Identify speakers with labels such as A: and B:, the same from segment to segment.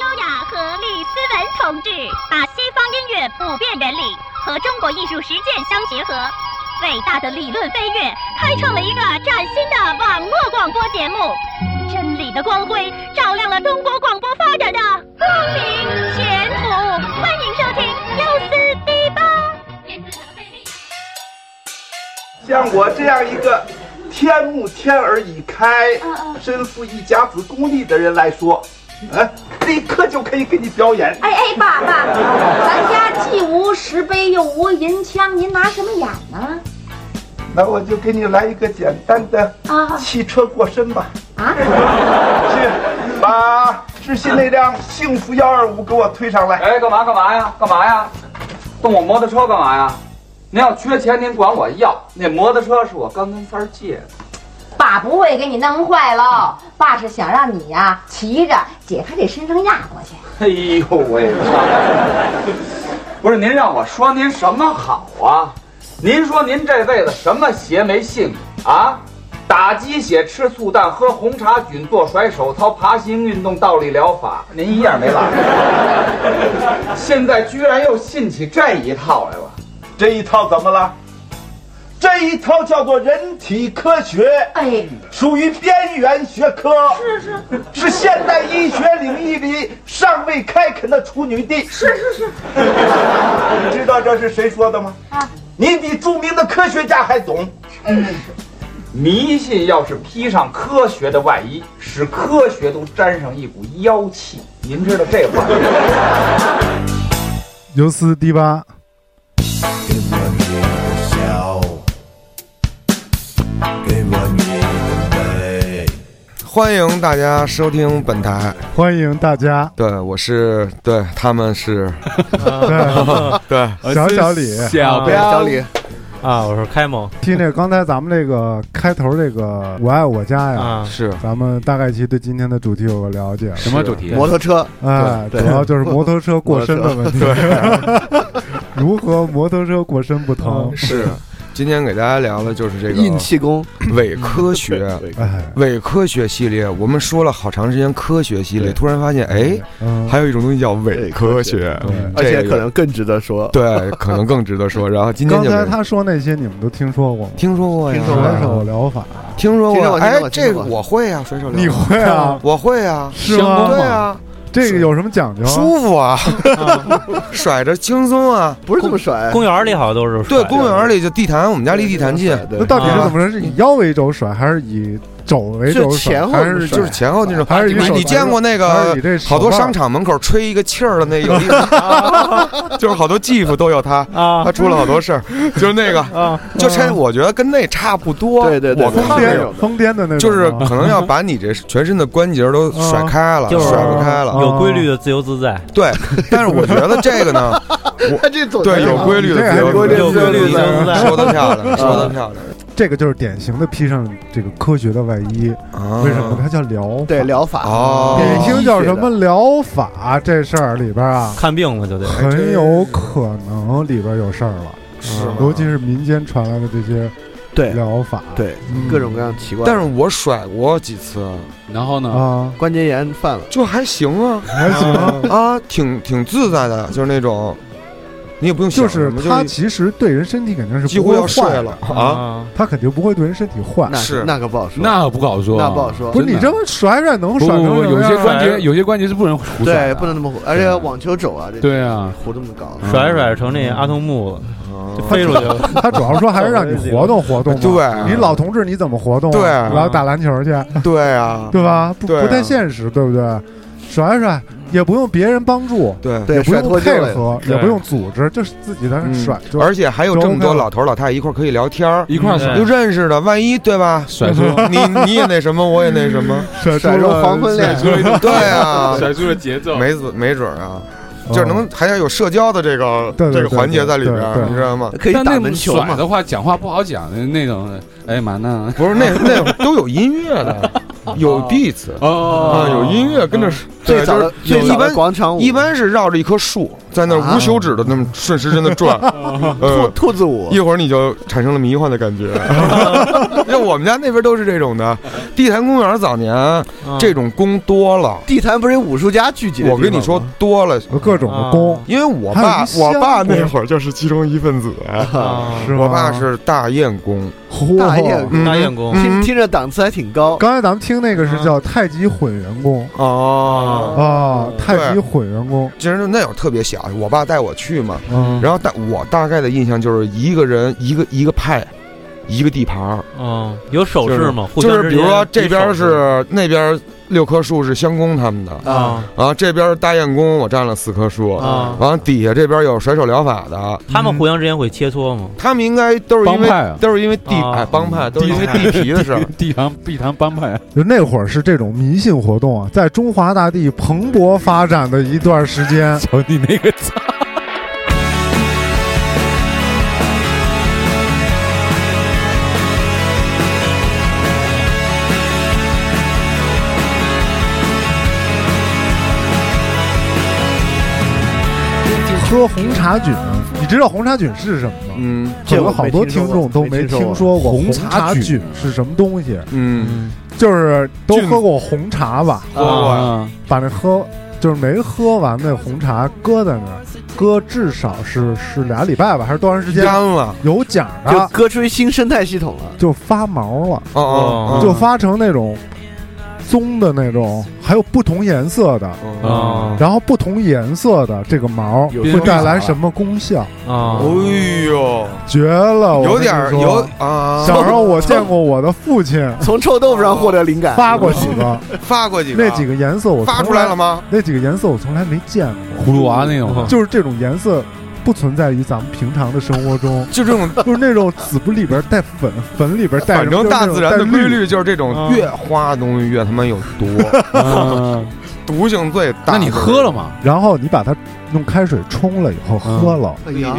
A: 和李思文同志把西方音乐普遍原理和中国艺术实践相结合，伟大的理论飞跃，开创了一个崭新的网络广播节目。真理的光辉照亮了中国广播发展的光明前途。欢迎收听幺四 B 八。
B: 像我这样一个天目天而已开
A: 嗯嗯，
B: 身负一甲子功力的人来说，哎，立刻就可以给你表演。
C: 哎哎，爸爸，咱家既无石碑又无银枪，您拿什么啊演呢？
B: 那我就给你来一个简单的
C: 啊
B: 汽车过身吧，
C: 啊，
B: 去把志新那辆幸福幺二五给我推上来。
D: 哎，干嘛干嘛呀？干嘛呀？动我摩托车干嘛呀？您要缺钱，您管我要。那摩托车是我刚跟三儿借的。
C: 爸不会给你弄坏喽，爸是想让你呀、骑着解开这身上压过去。
D: 哎呦喂！不是您让我说您什么好啊？您说您这辈子什么邪没信过啊？打鸡血、吃醋蛋、喝红茶菌、做甩手操、爬行运动、倒立疗法，您一样没落下。现在居然又信起这一套来了。
B: 这一套怎么了？这一套叫做人体科学。
C: 哎，
B: 属于边缘学科，是是，是现代医学领域里尚未开垦的处女地。是是是， 你知道这是谁说的吗？
C: 啊，
B: 你比著名的科学家还懂。
D: 迷信要是披上科学的外衣，使科学都沾上一股妖气。您知道这话？
E: 尤斯第八，
F: 给我你的笑，给我你的美，
G: 欢迎大家收听本台，
E: 欢迎大家。
G: 对我是对他们是
E: 对，
G: 对
E: 小小李
H: 呃小
G: 对小李，
H: 啊，我说开蒙
E: 听这刚才咱们这个开头这个“我爱我家”呀，
H: 啊，
G: 是
E: 咱们大概其对今天的主题有个了解。
H: 什么主题？
F: 摩托车，
E: 哎，主要就是摩托车过身的问题。 如何摩托车过身不疼？
G: 是，今天给大家聊的就是这个
F: 硬气功，
G: 伪科 学，
E: 哎，
G: 伪科学系列，我们说了好长时间科学系列，突然发现哎，
E: 嗯，
G: 还有一种东西叫伪科学，
E: 对
F: 而且
G: 这个
F: 可能更值得说，
G: 对可能更值得说。然后今天
E: 刚
G: 就
E: 才他说那些你们都听说过吗？
G: 听说过呀，
F: 听说过
E: 甩手疗法，
G: 听说
F: 听说过
G: 过，
F: 听说
G: 哎
F: 过，
G: 这个我会啊，甩手
E: 你
G: 疗法，
E: 会 啊？
G: 我会啊，
E: 是
H: 相
E: 吗？
H: 公
G: 对啊，
E: 这个有什么讲究啊？
G: 舒服 啊，
F: 啊
G: 甩着轻松啊。
F: 不是这么甩，
H: 公园里好像都是
G: 对，公园里就地坛，我们家离地坛近，
E: 那
F: 对，
E: 到底是怎么着？是以腰为轴甩，还是以肘为轴
F: 就
E: 甩？
F: 前后
E: 还是
F: 甩
G: 就是前后那种。
E: 还是以
G: 你
E: 手
G: 你见过那
E: 还是
G: 个
E: 以这手
G: 好多
E: 腕
G: 商场门口吹一个气儿的那有 一个， 就是好多技术都有他，
H: 啊
G: 他出了好多事儿，就是那
E: 啊
G: 个，就这我觉得跟那差不多。
F: 对对对
G: 我
F: 对
E: 疯
G: 看
F: 对
G: 着
E: 癫疯癫的那种吗？啊
G: 就是可能要把你这全身的关节都甩开了，
H: 就是
G: 甩不开了。
H: 有规律的自由自在，
G: 对，但是我觉得这个 呢，
F: 他这总
G: 对有规律
E: 这
G: 的
E: 还
G: 自由
E: 有规律
H: 有
E: 的啊
H: 规律的
E: 自
H: 自
E: 由
H: 由自在
G: 说。的漂亮，说的漂亮。
E: 这个就是典型的披上这个科学的外衣。
H: 嗯
G: 啊
E: 为什么？它叫疗？
F: 对，疗法，
G: 哦
E: 典型叫什
F: 医学
E: 么
F: 的？
E: 疗法？这事儿里边啊，
H: 看病了就得，
E: 很有可能里边有事儿了，啊
G: 是吗
E: 尤其是民间传来的这些
F: 对
E: 疗法，
F: 对，
E: 嗯，
F: 各种各样奇怪，
G: 但是我甩过几次，
H: 然后呢，
E: 啊，
F: 关节炎犯了，
G: 就还行啊
E: 还行。
G: 啊，挺挺自在的，就是那种，你也不用想
E: 就是
G: 什么
E: 它其实对人身体肯定是
G: 几
E: 不
G: 乎
E: 会
G: 要睡
E: 坏的
G: 了， 啊。
E: 它肯定不会对人身体坏
F: 那。
G: 是
F: 那可不好说，
I: 那不好说，
F: 那不好说
E: 不是你这么甩甩能
I: 不
E: 甩
I: 不
E: 成
I: 不，
E: 什么
I: 有
E: 样
I: 些
E: 啊
I: 关节有些关节是不能胡甩
F: 对
I: 的，，
F: 不能那么胡，而且网球肘啊，这
I: 对啊，
F: 胡这么高，
H: 甩甩成那阿童木了，就飞出去 了。
E: 他主要说还是让你活动活动嘛。
G: 对
E: 你老同志你怎么活动啊？
G: 对
E: 然后打篮球去，
G: 对啊，
E: 对吧？不
G: 对啊
E: 不太现实，对不对？甩甩也不用别人帮助，
G: 对嗯
F: 对
E: 也不
F: 甩
E: 用
F: 脱臼
E: 配
F: 了
E: 合，也不用组织，就是自己在那甩。就
G: 而且还有这么
E: 就 OK 了
G: 多老头老太太一块儿可以聊天儿，
I: 一块儿甩
G: 就认识的，万一对吧？
I: 甩出
G: 你你也那什么，我也那 什么，
E: 甩
F: 甩
E: 出
F: 出
E: 了
F: 黄昏恋
E: 甩，
I: 一种
G: 对啊，
I: 甩出了节奏，
G: 没准没准儿啊，
E: 嗯
G: 就是能还要有社交的这个
E: 对对
G: 这个
E: 对
G: 环节在里边
E: 对
G: 儿，
E: 对
G: 你知道吗？
F: 可以
I: 但
F: 打
I: 那
F: 门
I: 种
F: 球
I: 甩
F: 嘛，
I: 的话，讲话不好讲的那种，哎妈那
G: 不是那那会儿都有音乐的，有 beats
I: 哦
G: 啊，有音乐跟着
F: 最早的
G: 就是
F: 最早
G: 一般
F: 的广场舞，
G: 一般是绕着一棵树，在那儿无休止的那么顺时针的转，
F: 兔
G: 呃，
F: 兔子舞
G: 一，会儿你就产生了迷幻的感觉。 因为我们家那边都是这种的，地坛公园早年这种宫多了，
F: 地坛不是有武术家聚集的地
G: 我
F: 方吗？
G: 跟你 说多了，
E: 嗯各种
I: 啊
E: 的弓，
G: 因为我
E: 还有
G: 爸
E: 一箱
G: 我爸那会儿就是其中一份子。
B: 啊
E: 是吗
G: 我爸是大雁宫，
E: 嚯
F: 大雁
G: 嗯
B: 大雁宫，
F: 听
G: 嗯
F: 听着档次还挺高。
E: 刚才咱们听那个
I: 啊
E: 是叫太极混元功
G: 哦，
E: 啊，太极混元功，
G: 其实那会儿特别小，我爸带我去嘛，
E: 嗯，
G: 然后大我大概的印象就是一个人一个一个派，一个地盘儿，
B: 嗯，有手势吗？互
G: 就
B: 相
G: 是
B: 之
G: 比如
B: 间
G: 说这边
B: 比手势
G: 是那边六棵树是相公他们的，
B: 啊
G: 然后这边大雁宫我占了四棵树，
B: 啊，
G: 然后底下这边有甩手疗法的，
B: 他们互相之间会切磋 吗？
G: 他们应该都是因
I: 帮
G: 为
I: 派啊，
G: 都是因为地
B: 啊
G: 哎帮派都是因为地皮的事儿，
I: 地坛地坛帮派啊，
E: 就那会儿是这种迷信活动啊，在中华大地蓬勃发展的一段时间，
I: 瞧你那个操！
E: 喝红茶菌，你知道红茶菌是什么吗？
G: 嗯
E: 可能好多听众都没听说过红茶菌是什么东西，
G: 嗯，
E: 就是都喝过红茶吧，
G: 喝过呀
I: 啊
E: 把那喝就是没喝完的红茶搁在那儿，搁至少是是俩礼拜吧，还是多长时间？
G: 干了，
E: 有奖
F: 啊就
E: 的
F: 割出一新生态系统了，
E: 就嗯发毛了，
G: 哦哦，哦
E: 就发成那种棕的那种，还有不同颜色的，
B: 啊
G: 哦
I: 嗯
E: 然后不同颜色的这个毛
F: 有
E: 会带来什么功效？
B: 啊
G: 哎呦，
E: 绝了！哦我
G: 有
E: 跟你
G: 点儿
E: 说
G: 有啊，
E: 小时候我见过我的父亲
F: 从臭豆腐上获得灵感。
E: 发过几 个，
G: 发过几个，
E: 那几个颜色我
G: 发
E: 从
G: 出来了吗？，
E: 那几个颜色我从来没见过，
I: 葫芦娃那种，
E: 就是这种颜色不存在于咱们平常的生活中
G: 就这种，
E: 就是那种紫不里边带粉，粉里边带
G: 反正大自然的规，律就是这种，
E: 嗯
G: 越花的东西越他妈有毒，
I: 啊
G: 毒性最大。
I: 那你喝了吗？
E: 就是那种带绿然后你把它用开水冲了以后
I: 嗯
E: 喝了，
F: 哎呀，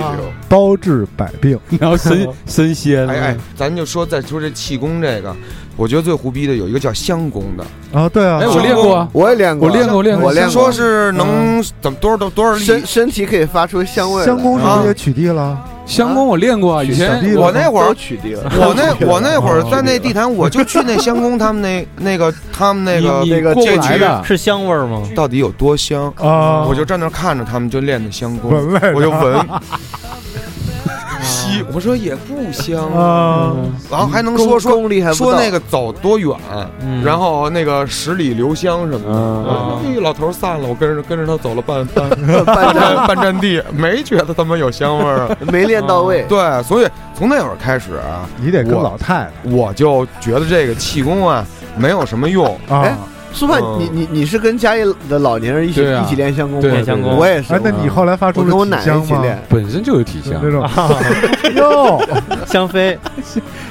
E: 包治百病。
I: 然后 神神仙，
G: 哎哎，咱就说再说这气功这个，我觉得最胡逼的有一个叫香功的，
E: 啊，对啊
I: 哎，，我练过啊，
F: 我也练过，
I: 我练过我练过
F: 我练过。
G: 说是能怎么多少多多少
F: 身
G: 力。
F: 身体可以发出香味来。
E: 香公是不
G: 啊
E: 是也取缔了？
I: 相公我练过啊，以
E: 小
I: 前
E: 弟
G: 我
E: 了
G: 那会
F: 都
G: 儿，
F: 取缔了。
G: 我那我那会儿在那地坛，我就去那香功他们那那个他们那个
I: 你
F: 那
I: 你
F: 个
I: 过不
F: 这
I: 来的，
B: 是香味儿吗？
G: 到底有多香，
E: 啊，
G: 我就站那儿看着他们就练的香功，
E: 闻来
G: 我就闻。吸，我说也不香
E: 啊，
G: 然后还能说说
F: 功力还不
G: 说
F: 到
G: 那个走多远，
B: 嗯
G: 然后那个十里留香什么的。
I: 嗯，
G: 哎，老头儿散了，我跟着跟着他走了半半
F: 半
G: 半
F: 站
G: 站半站地，没觉得他妈有香味儿。啊
F: 没练到位，
G: 对，所以从那会儿开始啊，
E: 你得跟
G: 我
E: 老太
G: 我就觉得这个气功啊没有什么用。
E: 太啊
F: 哎。苏盼，你你你是跟家里的老年人一起
I: 对啊
F: 一起练香功吗？
I: 对
B: 练香功
F: 我也是
E: 哎，，那你后来发
F: 我
E: 出
F: 跟我
E: 了
F: 奶
E: 体
F: 奶一
E: 香
F: 起
E: 吗？
F: 练。
I: 本身就有体
E: 就
I: 香
E: 那，种
B: 啊，
E: 哟，
B: 香妃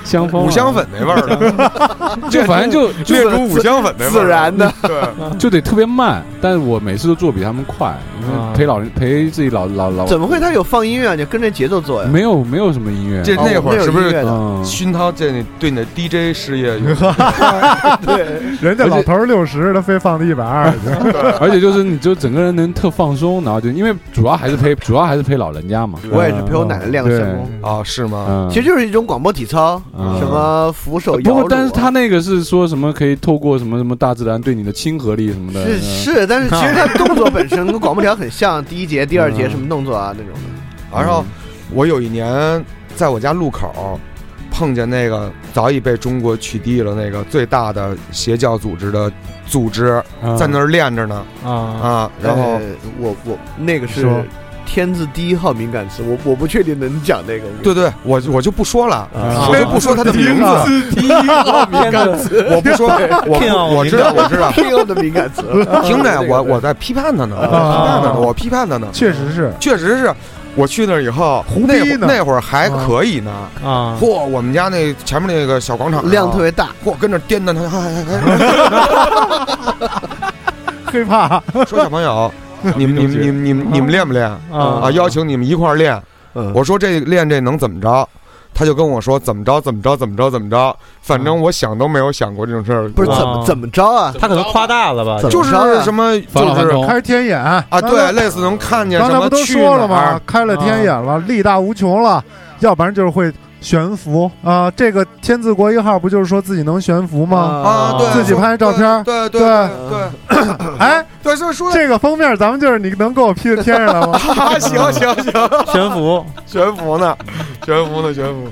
I: 香风啊
G: 五香粉那味儿 的，
I: 就反正就
G: 列
I: 就
G: 出五香粉那味儿，
F: 自然的，
G: 对，
I: 就得特别慢，但是我每次都做比他们快，因
B: 啊
I: 为陪老人陪自己老老老
F: 怎么会他有放音乐？你跟着节奏做呀？
I: 没有没有什么音乐，啊
G: 这
F: 哦
G: 那会儿是不
F: 那有音乐
G: 是
F: 的
I: 嗯，
G: 熏陶这你对你的 DJ 事业有？
F: 对，
E: 人家老头儿六十，他非放到一百 二去。
F: 啊
I: 而且就是你就整个人能特放松，然后就因为主要还 是陪主要还是陪老人家嘛，
F: 我也是陪我奶奶练过香功，
G: 啊，是吗？
I: 嗯，
F: 其实就是一种广播体操，
I: 嗯
F: 什么扶手摇
I: 不
F: 橹啊。
I: 过但是他那个是说什么可以透过什么什么大自然对你的亲和力什么的，
F: 是
I: 嗯
F: 是，但是其实他动作本身跟广播条很 像，第一节、第二节
I: 嗯
F: 什么动作啊那种的。
G: 然后我有一年在我家路口碰见那个早已被中国取缔了那个最大的邪教组织的组织，
I: 嗯
G: 在那儿练着呢
B: 啊，
G: 啊，然后
F: 呃我我那个是
E: 说
F: 天字第一号敏感词，我我不确定能讲那个。
G: 对对，我我就不说了，
F: 啊
G: 我就不说他的名字，
B: 天呐，
G: 我不说，我
B: 骗啊
G: 不我知道我知 道，
F: King 的敏感词，
G: 听着，我 我在批判他呢，我批判他呢，我批判他呢，
E: 确实是，
G: 确实是。我去那儿以后，
E: 胡
G: 那
E: 逼
G: 会
E: 呢
G: 那会儿还可以呢。
B: 啊，
G: 嚯，我们家那前面那个小广场啊上
F: 量特别大。
G: 嚯，跟那儿颠哎的他，还还还
E: 害怕。
G: 哎说小 朋友，你们你们你们你们你们练不练
B: 啊
G: 啊？邀请你们一块儿练。
F: 嗯
G: 我说这练这能怎么着？他就跟我说怎么着怎么着怎么着怎么着，反正我想都没有想过这种事儿。
F: 不是怎么怎么着啊？
G: 他可能夸
B: 大了吧
G: 就是什么
E: 返老
G: 就
E: 还
G: 是
E: 童开始天眼啊
G: 啊，对，类似那种看见
E: 刚
G: 什
E: 才
G: 么
E: 不都
G: 去
E: 说了
G: 哪儿
E: 吗？开了天眼了，力大无穷了，要不然就是会悬浮啊。这个天字国一号不就是说自己能悬浮吗？
G: 啊，对，
E: 自己拍照片，
G: 对
E: 对
G: 对对，
F: 啊
E: 哎，
G: 对，就说
E: 这个封面，咱们就是你能给我 P 到天上来吗？
G: 行行行，
B: 悬浮，嗯
G: 悬浮呢，悬浮呢，悬浮。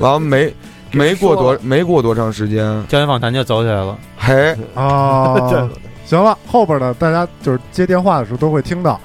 G: 然后没没过多没过多长时间，
B: 校园访谈就走起来了。
G: 嘿，
E: 啊
G: 这，
E: 行了，后边的大家就是接电话的时候都会听 到，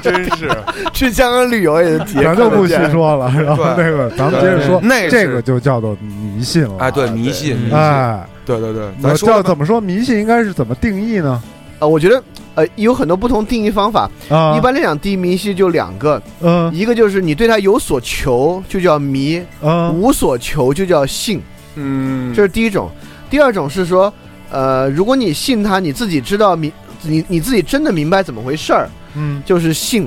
G: 真是
F: 去香港旅游也是体验
E: 咱就不细说 了。
G: 对
E: 然后那个，咱们接着说，
G: 对呃那个是
E: 这个就叫做迷信了。
G: 哎，
B: 啊
G: 对，迷信，迷信
E: 哎，
G: 对对对，
E: 我
G: 咱
E: 叫
G: 说吧
E: 怎么说迷信应该是怎么定义呢？
F: 呃，我觉得呃有很多不同定义方法。
E: 啊，
F: 一般来讲，低迷信就两个，
E: 嗯
F: 一个就是你对他有所求就叫迷，
G: 啊
E: 嗯
F: 无所求就叫信，
G: 嗯，
F: 这是第一种。第二种是说，呃，如果你信他，你自己知道明，你你自己真的明白怎么回事儿，
E: 嗯
F: 就是信；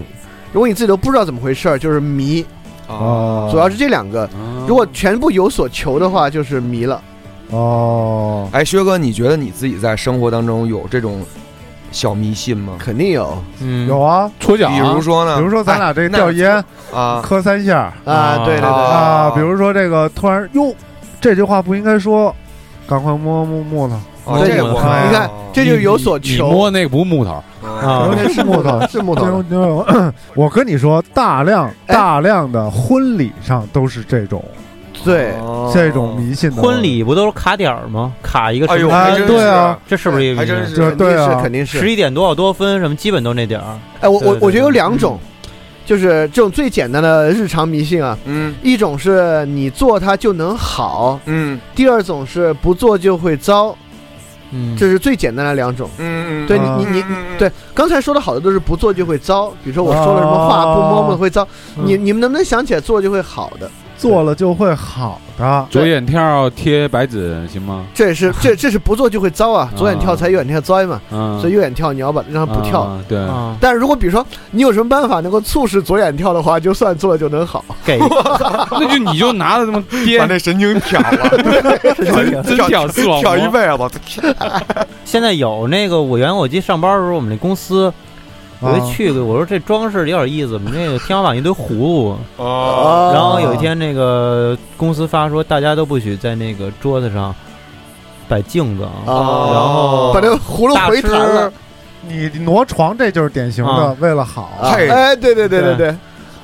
F: 如果你自己都不知道怎么回事儿，就是迷。
G: 啊，
E: 哦，
F: 主要是这两个。
I: 嗯
F: 如果全部有所求的话，就是迷了。
E: 哦，
G: 哎，薛哥，你觉得你自己在生活当中有这种小迷信吗？
F: 肯定有
B: 嗯，
E: 有啊，
I: 搓脚，
G: 比如说呢？
E: 比如说咱俩这
G: 嗯哎那
E: 掉烟
G: 啊，
E: 磕三下
F: 啊，对对对，
E: 啊，比如说这个突然哟，这句话不应该说，赶快摸摸木头，
G: 哦这个我
E: 啊
F: 你看这就是有所
I: 你
F: 求。
I: 摸那个不是木头，
B: 啊
E: 然后这是木头，
F: 是木
E: 这
F: 头
E: 种这种哎我跟你说，大量
G: 哎
E: 大量的婚礼上都是这种
F: 对，
G: 哦
E: 这种迷信的
B: 婚。礼不都是卡点儿吗？卡一个
G: 哎
B: 什
G: 呦，
B: 么？
G: 还真是
E: 哎对啊，
B: 这是不是一个
G: 还
B: 迷
G: 真
B: 信？
G: 是
E: 这对啊
F: 肯定是，肯定
B: 十
F: 是。
B: 一点多少多分什么，基本都那点儿。
F: 哎，我
B: 对
F: 我
B: 对
F: 我觉得有
B: 对
F: 两种，就是这种最简单的日常迷信啊，
G: 嗯
F: 一种是你做它就能好，
G: 嗯
F: 第二种是不做就会糟，
B: 嗯，
F: 这是最简单的两种。
G: 嗯，嗯
F: 对你
E: 啊
F: 你你
G: 嗯嗯
F: 对，刚才说的好的都是不做就会糟，比如说我说了什么话
E: 啊
F: 不摸摸会糟，
E: 嗯
F: 你你们能不能想起来做就会好的？
E: 做了就会好的，
I: 左眼跳贴白纸行吗？
F: 这也是这这是不做就会糟啊，左眼跳财右眼跳灾嘛，
I: 嗯，
F: 所以右眼跳你要把让它不跳。
I: 啊，对，
B: 啊，
F: 但如果比如说你有什么办法能够促使左眼跳的话，就算做了就能好。
B: 给
I: 那就你就拿着这么
G: 把
I: 颠，
G: 那神经挑 了，
I: 真真挑视网
G: 挑
I: 膜
G: 一辈子，
B: 现在有那个我原我记得上班的时候，我们那公司有
E: 啊
B: 一去过，我说这装饰有点意思，我们那个天花板一堆葫芦。
G: 哦，
F: 啊
B: 然后有一天那个公司发说，大家都不许在那个桌子上摆镜子啊，
F: 哦
B: 然后
F: 把那葫芦
B: 大
F: 回弹
B: 吃
F: 了。
E: 你挪床这就是典型的
B: 啊
E: 为了好
F: 啊
G: 嘿
F: 哎，对对对对对，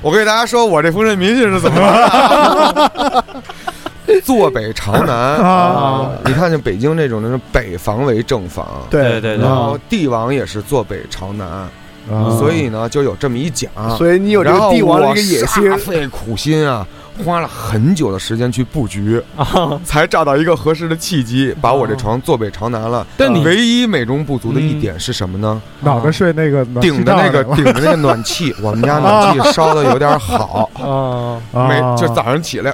G: 我给大家说，我这封神迷信是怎么了 坐北朝南，
E: 啊，
G: 你看见北京这种，那是北房为正房，
F: 啊
B: 对对
G: 然
B: 对，
G: 后帝王也是坐北朝南，
E: 啊
G: 嗯所以呢就有这么一讲。
F: 所以你有这
G: 啊然
F: 个
G: 后
F: 帝王的
G: 我
F: 一个野心，
G: 煞费苦心啊，花了很久的时间去布局，
B: 啊
G: 才找到一个合适的契机，把我这
F: 啊
G: 床坐北朝南了。呃
I: 但你
G: 唯一美中不足的
F: 嗯
G: 一点是什么呢？
E: 脑袋睡那个暖气
G: 顶着那个
E: 罩
G: 顶着那个暖气，我们家暖气烧的有点好，
B: 啊，
E: 上了
G: 每
E: 啊
G: 就 早上 起来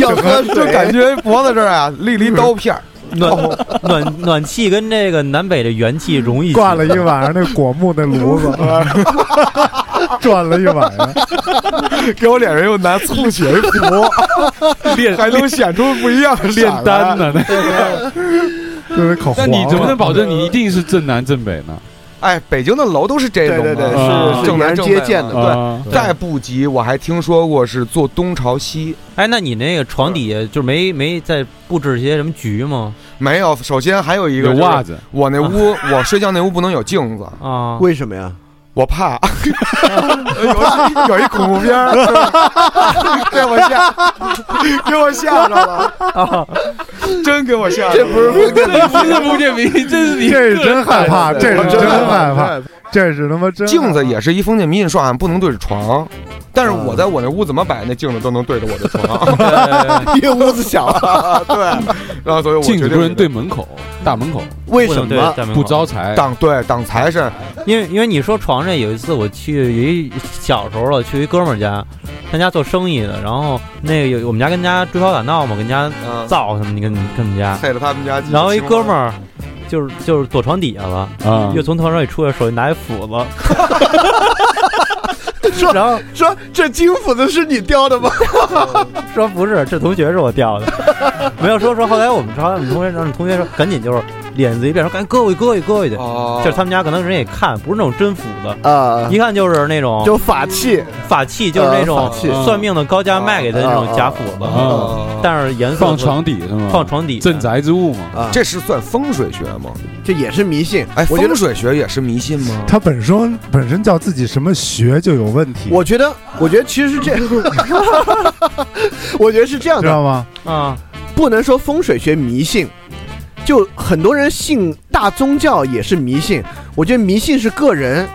F: 要喝
G: 就感觉脖子这儿啊立了一刀片儿，
B: 暖暖暖气跟这个南北的元气融一起
E: 挂了一晚上那果木那炉 子，
G: 啊
E: 转了一晚上，
G: 给我脸上又拿醋血一涂， 还能显出不一样的
I: 炼
G: 闪来
I: 啊丹。呢。那
E: 就是可黄
I: 那
E: 了。
I: 你怎么能保证你一定是正南正北呢？
G: 哎，北京的楼都是这种的，啊
F: 对对对
I: 是
F: 是
G: 正南正
F: 沿
G: 北
F: 街建
G: 嘛
F: 的
G: 对。
I: 啊，
G: 再不济，我还听说过是坐东朝西。
B: 哎，那你那个床底下就没没再布置些什么局吗？
G: 没有，首先还有一个
I: 有
G: 就是
I: 袜子，
G: 我那屋，我睡觉那屋不能有镜子，
B: 啊，
F: 为什么呀？
G: 我怕。有一有一恐怖片 儿，给我吓，给我吓着了，真给我吓着了。
F: 是会跟
I: 这是不见明，这是 你
E: 这是真害 怕，这是真害怕，
F: 怕。
E: 这是他妈真
G: 镜子也是一封建迷信说俺不能对着床，但是
F: 嗯
G: 我在我那屋怎么摆，那镜子都能对着我的 床。
F: 因为屋子小，啊
G: 对，然后所以我
I: 镜
G: 绝
I: 子
G: 对
I: 不能对门口、大门口，
F: 为
B: 不
F: 什
B: 能
F: 么？
B: 对
I: 不招？财。
G: 挡对挡财神，
B: 因为因为你说床上有一次我去有一小时候了，去一哥们儿家，他家做生意的，然后那个有我们家跟人家追跑打闹嘛，跟人家
G: 嗯，
B: 造什么，你跟跟我们家，
G: 害了他们家几个青蛙。
B: 然后一哥们儿就是就是
G: 嗯
B: 躲床底下了，
I: 啊
B: 又，从床上一出来，手里拿一斧子，
F: 说说这金斧子是你雕的吗？
B: 说不是，这同学是我调的， 没有说说。后来我们朝我们同学，让同学说赶紧就是脸子一变，说赶紧割过去，割过去，割
F: 哦
B: 过去。
G: 哦
B: 就是他们家可能人也看，不是那种真斧子
F: 啊
B: 一看就是那种
F: 就嗯法器，呃
B: 法器就是那种
I: 啊法器
B: 算命的高价卖给他那种假斧子
F: 嗯
I: 啊，
B: 但是颜色
I: 放床底是
G: 啊
I: 吗？
B: 放床底
I: 镇宅之物嘛。
F: 啊
G: 这是算风水学吗？
F: 这也是迷信。
G: 哎，
F: 我觉得
G: 风水学也是迷信吗？
E: 他本身本身叫自己什么学就有问题，
F: 我觉得，我觉得其实是这 样，我觉得是这样
E: 知
F: 的，
E: 道吗？
B: 啊，
F: 不能说风水学迷信，就很多人信大宗教也是迷信。我觉得迷信是个人，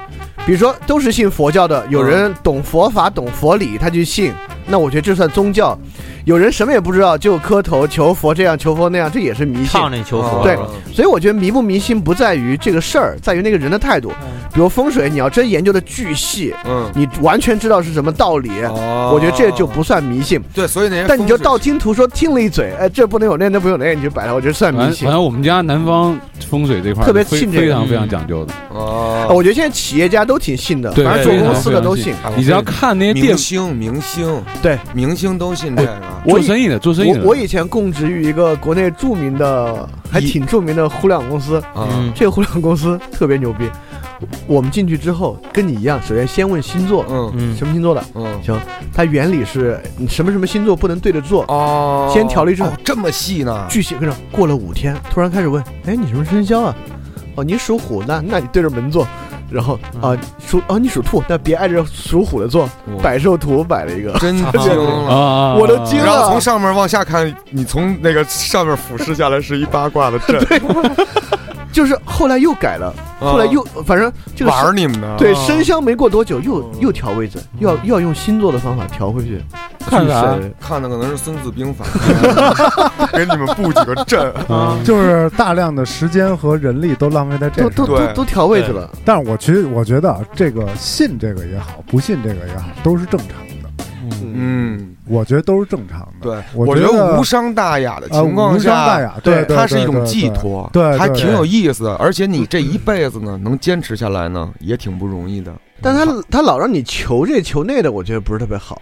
F: 比如说都是信佛教的，有人懂佛法、懂佛理，他就信，那我觉得这算宗教。有人什么也不知道，就磕头求佛这样求佛那样，这也是迷信。
B: 唱那求
G: 哦
B: 佛
F: 对，所以我觉得迷不迷信不在于这个事儿，在于那个人的态度。比如风水，你要真研究的巨细，
G: 嗯，
F: 你完全知道是什么道理，
G: 哦
F: 我觉得这就不算迷信。
G: 对，所以那些
F: 但你就道
G: 风
F: 听途说，听了一嘴，哎，这不能有那，那不能有那，你就摆了，我觉得算
I: 反
F: 迷
I: 正
F: 信
I: 反。正我们家南方风水这块儿
F: 特别
I: 非
F: 信这个
I: 非常
B: 嗯
I: 非常讲究的。
G: 水
F: 啊
G: 哦，
F: 我觉得现在企业家都挺信的，
I: 对
F: 反正
B: 对
F: 做公
B: 对
F: 司的都信。
G: 啊
I: 你只要看那些
G: 明
I: 店
G: 星明星
F: 对哎
G: 明星都信这个，啊
F: 我
I: 做
F: 以
I: 生意的做生意的，
F: 我我以前供职于一个国内著名的，还挺著名的互联网公司，
G: 啊
F: 这个互联网公司特别牛逼。我们进去之后，跟你一样，首先先问星座，
G: 嗯
B: 嗯
F: 什么星座的？
G: 嗯
F: 行，它原理是你什么什么星座不能对着做，
G: 哦，
F: 先调了一阵
G: 哦这么细呢？
F: 巨细跟着过了五天，突然开始问，哎，你什么生肖啊？哦，你属虎，那那你对着门坐。然后啊，属哦你属兔，那别挨着属虎的坐。
G: 嗯哇
F: 百兽图摆了一个，
G: 真精
I: 啊
G: 了。
I: 啊，
F: 我都惊
G: 然后
F: 了
G: 从。上面往下看，你从那个上面俯视下来是一八卦的阵，啊
F: 就是后来又改了，后来又反正这个
G: 哦玩儿哦嗯
F: 生
G: 你们呢？
F: 对生肖没过多久又又调位置，又要又要用星座的方法调回去。
I: 看啥
F: 巨神
G: 看的啊可能是《孙子兵法》，给你们布几个阵。
B: 啊，
E: 就是大量的时间和人力都浪费在这
F: 都
E: 上
F: 都。都
G: 对
F: 都调位置了，
E: 但是我其实我觉得啊，这个信这个也好，不信这个也好，都是正常的。
G: 嗯，
E: 我觉得都是正常的。
G: 对，
E: 我
G: 觉
E: 觉得
G: 无伤大雅的
E: 呃，
G: 情况
E: 无伤大
G: 下，
E: 雅，对，对
G: 它是一
E: 对
G: 种
E: 对
G: 寄
E: 对
G: 托，
E: 对对
G: 还
E: 对
G: 挺有意思的。而且你这一辈子呢，能坚持下来呢，也挺不容易的。
F: 但他他老让你求这求那的，我觉得不是特别好。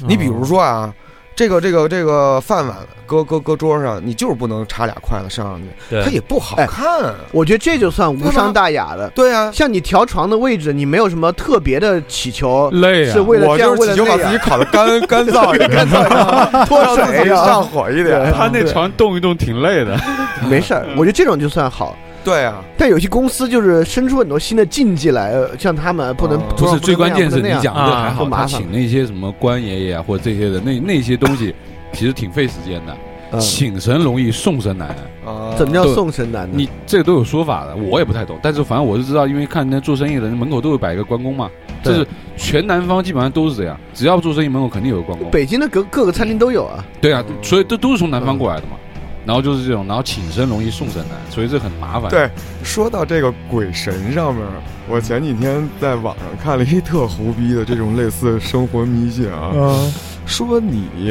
I: 哦
G: 你比如说啊，这个这个这个饭碗搁搁搁桌上，你就是不能插俩筷子上去，它
B: 对
G: 也不好
F: 哎
G: 看啊。
F: 我觉得这就算无伤大雅的。
G: 对啊，
F: 像你调床的位置，你没有什么特别的祈求，
I: 累
F: 是
I: 啊，
F: 为了
G: 我
F: 这样，
G: 就是
F: 为了
G: 祈求
F: 那
G: 把自己
F: 样，
G: 烤的干干燥一点，
F: 脱
G: 让自
F: 水
G: 己
F: 呀，
G: 上火一点。
F: 啊
I: 他那床动一动挺累的。
F: 没事儿。我觉得这种就算好。
G: 对啊，
F: 但有些公司就是生出很多新的禁忌来，呃像他们不能
G: 哦
I: 不是最关键是你讲
B: 啊
I: 的还好，
F: 不麻
I: 他
F: 烦
I: 请那些什么官爷爷啊或者这些的那那些东西，其实挺费时间的。
F: 嗯
I: 请神容易送神难，
G: 啊
F: 怎么叫送神难呢？
I: 你这个都有说法的，我也不太懂。但是反正我是知道，因为看人家做生意的人门口都有摆一个关公嘛，
F: 对
I: 这是全南方基本上都是这样，只要做生意门口肯定有个关公。
F: 北京的各各个餐厅都有啊，
I: 对啊，所以这都是从南方过来的嘛。然后就是这种，然后请神容易送神难，所以这很麻烦。
G: 对，说到这个鬼神上面，我前几天在网上看了一特胡逼的这种类似生活迷信啊，
E: 嗯，
G: 说你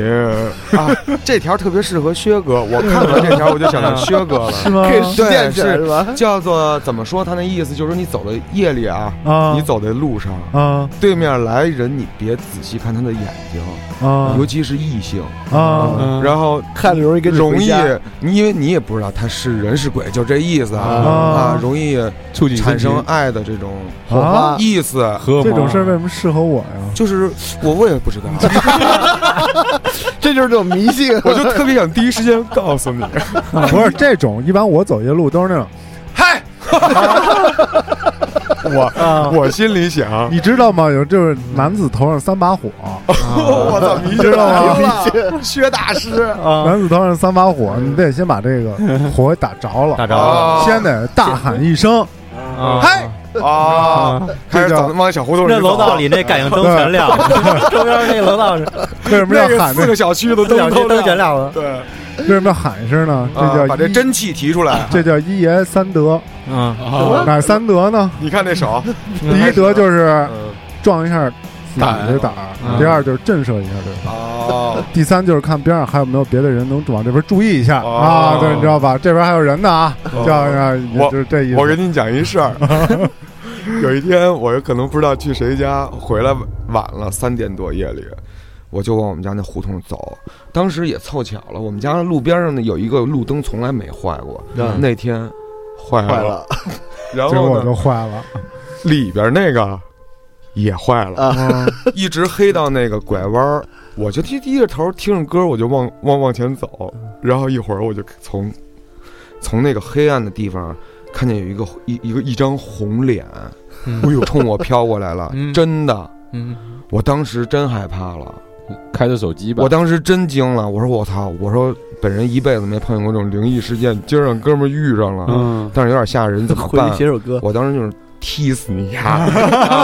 G: 啊， 这条特别适合薛哥，我看到这条我就想 到薛哥
E: 是
G: 了。
E: 吗？
F: 可以实
G: 对，
F: 践起来是吧？
G: 叫做怎么说？他那意思就是说，你走的夜里啊，
E: 啊，
G: 你走在路上，
E: 啊
G: 对面来人，你别仔细看他的眼睛，
E: 啊
G: 尤其是异性，
E: 啊
G: 然后
F: 看着容易跟你
G: 容
F: 回
G: 易
F: 家，
G: 你因为你也不知道他是人是鬼，就这意思啊
E: 啊
G: 啊，容易
I: 促进
G: 产生
I: 升级
G: 爱的这种
F: 火花
E: 啊！
G: 意思。
I: 荷尔蒙
E: 这种事儿为什么适合我 呀？
G: 就是我我也不知道，
F: 这就是这种迷信。
G: 我就特别想第一时间告诉你。啊
E: 啊不是这种，一般我走夜路都是那种，
G: 嗨，我我心里想，
E: 你知道吗？有就是男子头上三把火，
G: 我操，你
E: 知道吗
G: 吗？薛大师
E: 男子头上三把火，你得先把这个火打着
B: 打
E: 了，
G: 啊
B: 着了
E: 先得大喊一声，
B: 啊，
G: 嗨啊，开始走往小胡同
B: 那
G: 里
B: 楼道
G: 走。
B: 里那感应灯全 亮了，周边那楼 道是
E: 为什么要
G: 那个
E: 喊
G: 四
E: 这？
G: 个小区的
B: 小
G: 灯
B: 区
G: 都
B: 灯全
G: 亮，
B: 亮了。
G: 对，
E: 为什么要喊一声呢？这
G: 啊
E: 叫
G: 把这
E: 一
G: 真气提出来。
E: 这叫一爷三德，
B: 嗯，
I: 啊，
E: 哪三德呢？
G: 你看 这手，
E: 第一德就是
G: 呃
E: 撞一下自己的胆
I: 嗯
G: 啊
E: 儿，第二就是震慑一下对方，
G: 哦，
E: 第三就是看边上还有没有别的人能往这边注意一下
G: 哦
E: 啊。对，你知道吧？这边还有人呢啊，
G: 哦
E: 叫啊，也就是这意思。
G: 我跟你讲一事儿， 有一天，我可能不知道去谁家，回来晚了，三点多夜里，我就往我们家那胡同走。当时也凑巧了，我们家路边上呢有一个路灯从来没坏过，
E: 嗯
G: 那天坏了，
E: 坏 了
G: 然
E: 结果
G: 后
E: 我
G: 呢
E: 就坏了。
G: 里边那个也坏了，
F: 啊
G: 一直黑到那个拐弯儿，我就低低着头听着歌，我就往往往前走，
I: 嗯
G: 然后一会儿我就从从那个黑暗的地方看见有一个一一个一张红脸，
I: 嗯
G: 哎呦，冲我飘过来了，
I: 嗯
G: 真的，
I: 嗯，
G: 我当时真害怕了。
I: 开着手机吧。
G: 我当时真惊了，我说我操，我说本人一辈子没碰见过这种灵异事件，今儿让哥们儿遇上了，
I: 嗯
G: 但是有点吓人，怎么
F: 回去
G: 办？啊
F: 写首歌，
G: 我当时就是踢死你 呀！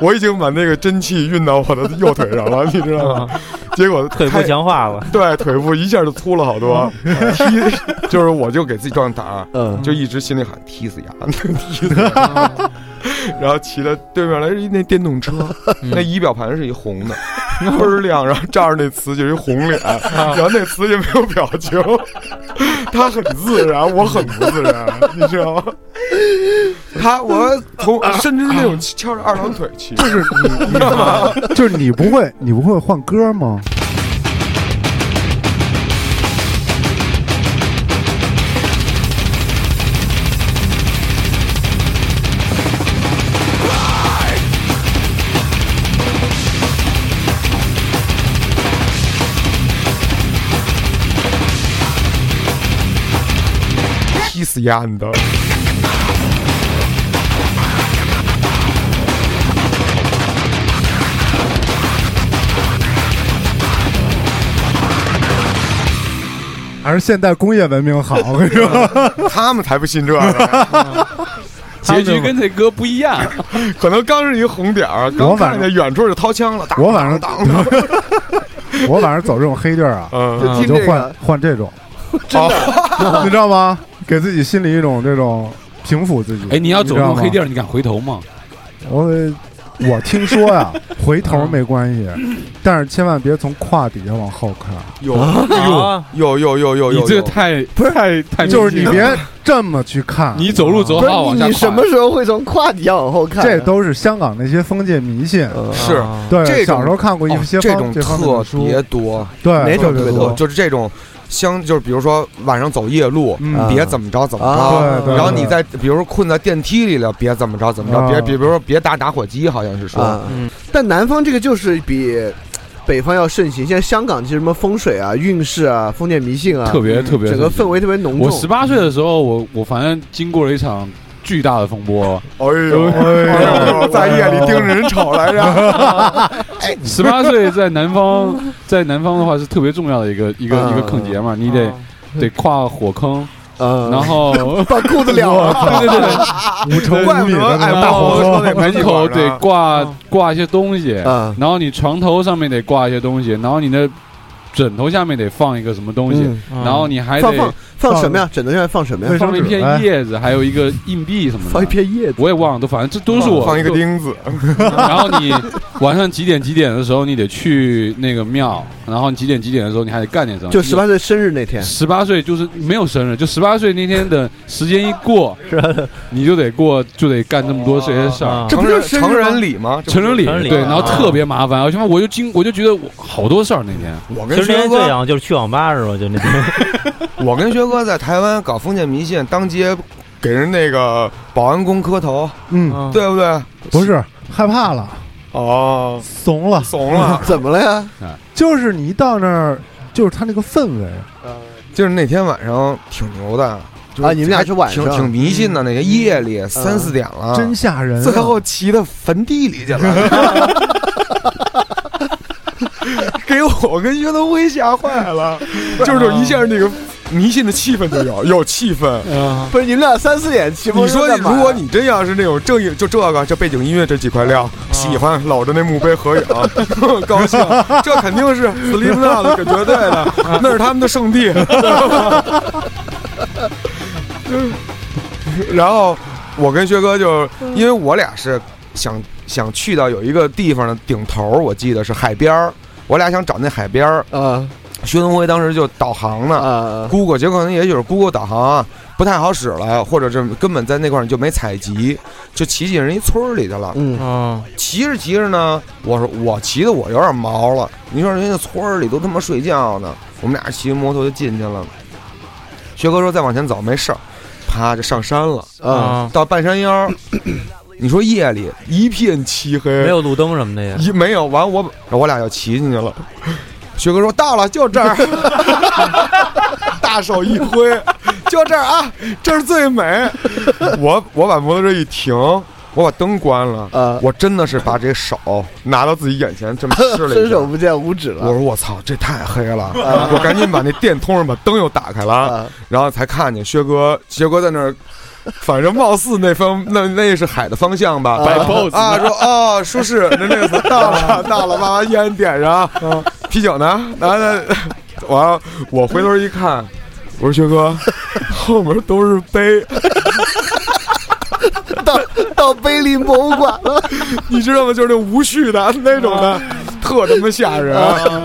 G: 我已经把那个真气运到我的右腿上 了，你知道吗？结果
B: 啊腿部
G: 开
B: 强化了， 嗯
G: 对，腿部一下就粗了好多，踢就是我就给自己壮胆，
F: 嗯
G: 就一直心里喊踢死 丫，踢死丫。 然后骑着对面来是一那电动车，
B: 嗯
G: 那仪表盘是一红的，倍儿亮，然后照着那词就是一红脸，
B: 啊
G: 然后那词也没有表情，他很自然，我很不自然，你知道吗？他我从甚至是那种翘着二郎腿 骑，就是
E: 啊你就是你不会， 你不会换歌吗？
G: 踢死丫你的。
E: 还是现代工业文明好？我跟你 说，
G: 他们才不信这个。
I: 结局跟这歌不一样，
G: 可能刚是一红点儿，刚
E: 我反
G: 看见远处就掏枪了，打
E: 我晚上
G: 当当当
E: 我晚上走这种黑地儿啊，
G: 嗯
E: 我就换换这种，
G: 真的，
E: 你知道吗？给自己心里一种这种平复自己。
I: 哎，你要走
E: 知道
I: 那种
E: 吗
I: 黑地儿，你敢回头吗？
E: 我我听说呀，回头没关系，
G: 嗯
E: 但是千万别从胯底下往后看，
G: 有
B: 啊
G: 有有有有
I: 你
G: 有，
I: 这太不哎是太
G: 哎
I: 太
E: 就是你别这么去看。
I: 你走路走
F: 不是
I: 好往啊
F: 你
I: 下
F: 你什么时候会从胯底下往后看啊？嗯
E: 这都是香港那些封建迷信。
G: 是嗯这
E: 对，
G: 种
E: 小时候看过啊一些
G: 哦这
E: 方
G: 种
E: 方面的
G: 特
E: 书，
G: 别多，哦
E: 对，
F: 哪种
E: 特别
F: 特别
E: 多
F: 多？
G: 就是这种相，就是比如说晚上走夜路，
E: 嗯
G: 别怎么着怎么
F: 啊
G: 着。
E: 对对，
G: 然后你
E: 对
G: 在，比如说困在电梯里了，别怎么着怎么着，
E: 啊
G: 别比如说别打打火机，好像是说，
F: 啊，但南方这个就是比北方要盛行。现在香港其实什么风水啊、运势啊、封建迷信啊，
I: 特别特别
F: 整个氛围特别浓重。
I: 我十八岁的时候，我我反正经过了一场巨大的风波。
G: 哎呦，
E: 哎呦
G: 在夜里盯着人吵来着，
I: 十八岁在南方，在南方的话是特别重要的一个一个
F: 啊
I: 一个坑节嘛，你得得跨火坑，
F: 嗯，
I: 然后
F: 把裤子撩了，啊
I: 对对对，
E: 五乘五米的那
G: 哎
E: 个
I: 然
E: 大
G: 火
I: 后
E: 火
G: 车那
E: 车，
G: 排气
I: 门
G: 管
I: 口
G: 呢
I: 得挂挂一些东西，
F: 啊，
I: 然后你床头上面得挂一些东西，然后你的枕头下面得放一个什么东西，
F: 嗯
I: 然后你还
F: 放
I: 得
F: 放放什么呀？枕头下面放什么呀
E: 对？
I: 放一片
E: 卫生纸
I: 叶子，还有一个硬币什么的，
F: 放一片叶子。
I: 我也忘了，都反正这都是我
G: 放一个钉子，
I: 然后你晚上几点几点的时候，你得去那个庙，然后你几点几点的时候，你还得干点什么。
F: 就十八岁生日那天，
I: 十八岁就是没有生日，就十八岁那天的时间一过，你就得过，就得干这么多这些事儿。
F: 这
G: 成
F: 不就
G: 人
F: 是生日
G: 啊成
F: 吗。
G: 人礼吗？这不
I: 成人礼
B: 成人礼
I: 对，
B: 啊
I: 然后特别麻烦，而且我就经我就觉得我好多事儿那天，
G: 啊我
B: 其
G: 跟
B: 实那
G: 薛
B: 天最
G: 哥，
B: 想就是去网吧是吧？就那天
G: 我跟薛哥在台湾搞封建迷信，当街给人那个保安工磕头，
E: 嗯，
G: 对不对？
E: 不是害怕了，
G: 哦，
E: 怂
B: 啊
E: 了，
G: 怂了
F: 怎么了呀？
E: 就是你一到那儿，就是他那个氛围，
G: 就是那天晚上挺牛的就是
F: 啊你们俩是晚上
G: 挺挺迷
B: 嗯
G: 信的，那个夜里三四点了，
E: 真吓人啊。
G: 最后骑到坟地里去了。 给我跟岳东辉吓坏了， 就是一下那个迷信的气氛就有，有气氛。
F: 不是你们俩三四点骑摩
G: 你
F: 托
G: 说
F: 车
G: 你，
F: 干嘛呀啊
G: 如果你真要是那种正经，就这个，这背景音乐这几块料，喜欢搂着那墓碑合影，高 兴，这肯定是 Sleep Now 的，绝对的，那是他们的圣地。 然后我跟薛哥就，
F: 嗯
G: 因为我俩是想想去到有一个地方的顶头，我记得是海边儿，我俩想找那海边儿。
F: 啊
G: 薛东辉当时就导航呢，
F: 啊
G: Google，结果可能也许是 Google 导航啊，不太好使了，或者是根本在那块儿你就没采集，就骑进人一村儿里去了。
F: 嗯
G: 啊，骑着骑着呢，我说我骑的我有点毛了，你说人家村儿里都他妈睡觉呢，我们俩骑摩托就进去了。学哥说再往前走没事儿，啪就上山了
B: 啊
G: 到半山腰 儿，你说夜里一片漆黑，
B: 没有路灯什么的呀。
G: 一没有完我，我俩就骑进去了。学哥说到了，就这儿， 大手一挥，就这儿啊，这儿最美。我我把摩托车一停，我把灯关了，
F: 啊
G: 我真的是把这手拿到自己眼前这 么试了一下，
F: 伸手不见五指了。
G: 我说我操，这太黑了！ 我赶紧把那电通上把灯又打开
F: 啊
G: 了，然后才看见薛哥，薛哥在那儿。反正貌似那方 那那是海的方向吧，
J: 摆 pose
G: 啊，说哦，舒适，那那个到了 到了，把烟点上，啤酒呢，拿来， 完了我回头一看，我说薛哥， 后面都是杯，
F: 到 到碑林博物馆了，。
G: 你知道吗？就是那无序的那种的，特他妈吓人。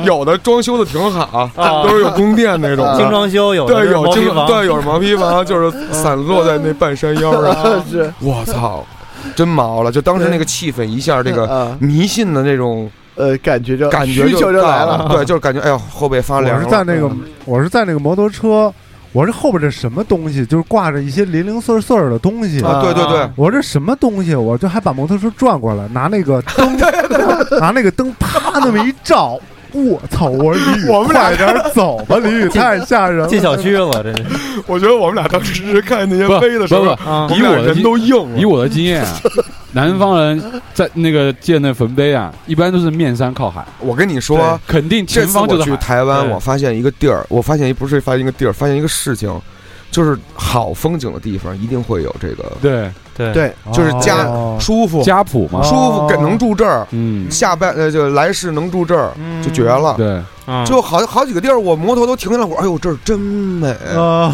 G: 有的装修的挺好，
B: 啊
G: 都是有宫殿那种的，
E: 啊
B: 精装修
E: 哦
B: 有的
G: 啊对
B: 是
G: 有
B: 毛坯
G: 精
B: 房
G: 对有毛坯房，就是散落在那半山腰啊
F: 是
G: 我操，真毛了！就当时那个气氛一下，这个
F: 啊
G: 迷信的那种
F: 呃感觉就
G: 感觉
F: 需求就
G: 到
F: 来
G: 了
F: 了，
G: 对，就是感觉哎呦后背发
E: 我
G: 凉
E: 是
G: 了。嗯
E: 在那个，我是在那个摩托车，我这后边这什么东西，就是挂着一些零零碎碎的东西
G: 啊对对对
E: 我这什么东西，我就还把摩托车转过来，拿那个 灯，拿那个灯啪那么一照，我操！我说李宇，
G: 我们俩
E: 快点走吧，李 宇太吓人了，
B: 进小区了，真是
G: 我觉得我们俩当时是看那些
I: 不
G: 杯的时候，啊
I: 不不
G: 我
I: 以
G: 们俩
I: 我的
G: 人
I: 经
G: 都硬了
I: 以。我的经验啊，南方人在那个建的坟碑啊，一般都是面山靠海，
G: 我跟你说，
I: 肯定
G: 这
I: 前
G: 次
I: 方就
G: 我
I: 是
G: 去
I: 海
G: 台湾，
I: 对
G: 我发现一个地儿，我发现一不是发现一个地儿，发现一个事情，就是好风景的地方一定会有这个，
I: 对
B: 对
F: 对，
G: 就是家
E: 哦
G: 舒服，
I: 家谱嘛
G: 舒，服，给能住这儿，
I: 嗯，
G: 下半呃就来世能住这儿就绝了。
I: 对，
B: 啊
G: 就好好几个地儿，我摩托都停下来，我说哎呦这儿真美，
E: 啊，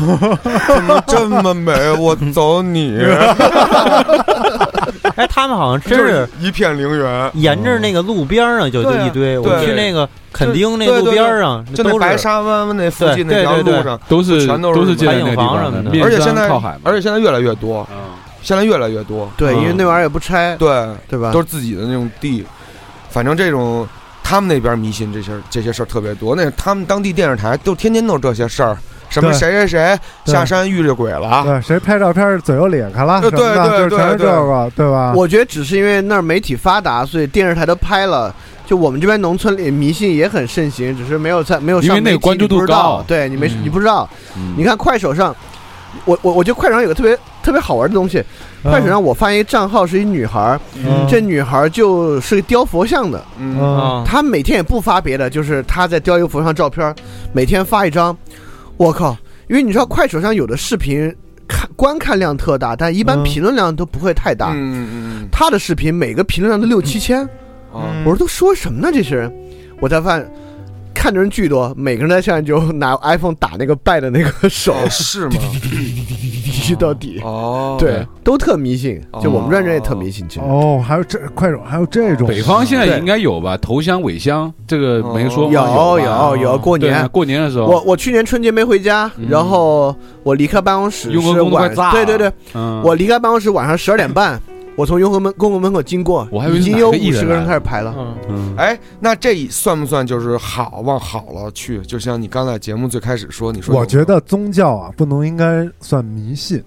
G: 怎么这么美？我走你，
B: 哎，他们好像真
G: 就是是一片陵园，
B: 沿着那个路边儿上就就
G: 对啊
B: 一堆，我
G: 对
B: 去那个垦
G: 就
B: 丁那
G: 对对
B: 路边儿上，都
G: 就那
B: 是
G: 白沙湾那附近那条
B: 对对对
G: 路
B: 对
G: 上，
I: 都是
G: 全都是
I: 都是建在那个地
B: 海
I: 方
B: 景房什么的
I: 面
G: 而且现
I: 山
G: 在
I: 靠海嘛，
G: 而且现在越来越多，
I: 嗯
G: 现在越来越多，
F: 对，因为那玩意儿也不拆，
G: 对。
F: 对吧？
G: 嗯都是自己的那种地，反正这种他们那边迷信这些这些事儿特别多，那他们当地电视台都天天都这些事儿，什么
E: 对
G: 谁谁谁
E: 对
G: 下山遇着鬼了，
E: 对，谁拍照片嘴又咧开了，
G: 对
E: 什么的
G: 对对
E: 就全是这个，对吧？
F: 我觉得只是因为那儿媒体发达，所以电视台都拍了。就我们这边农村里迷信也很盛行，只是没有在没有上
I: 因为那个
F: 媒体
I: 关注
F: 你不
I: 度
F: 知道
I: 高
F: 对你没、
I: 嗯
F: 你不知道。
I: 嗯
F: 你看快手上，我我我觉得快手上有个特别特别好玩的东西。
E: 嗯
F: 快手上我发现一账号是一女孩儿，
E: 嗯
F: 这女孩儿就是个雕佛像的，
G: 嗯，
B: 啊，
F: 她每天也不发别的，就是她在雕一个佛像照片儿，每天发一张。我靠，因为你知道快手上有的视频看观看量特大，但一般
E: 嗯
F: 评论量都不会太大。
G: 嗯嗯
F: 他的视频每个评论量都六七千，
G: 嗯啊，
F: 我说都说什么呢？这些人，我才发现看的人巨多，每个人在下面就拿 iPhone 打那个拜的那个手，
G: 哦是吗？
F: 滴到底，
G: 哦，
F: 对，都特迷信，就我们这儿人也特迷信，其实
E: 哦，还有这快手，还有这种
I: 北方现在
F: 对
I: 应该有吧？头香、尾香，这个没
G: 哦
I: 说吗
F: 有
I: 吧
E: 哦
F: 有有过
I: 对
F: 年。
I: 过年的时候，
F: 我我去年春节没回家，
I: 嗯
F: 然后我离开办公室
I: 雍和
F: 是
I: 宫都快
F: 晚
I: 炸了
F: 对对对，
I: 嗯
F: 我离开办公室晚上十二点半，我从雍和门公共门口经过
I: 我还以，为
F: 已
I: 是
F: 经
I: 哪
F: 有
I: 个艺
F: 五
I: 人
F: 十个人
I: 来
F: 开始排了。
B: 嗯
I: 嗯
G: 哎，那这算不算就是好往好了去？就像你刚才节目最开始说，你说
E: 我
G: 有
E: 觉，得宗教啊，不能应该算迷信。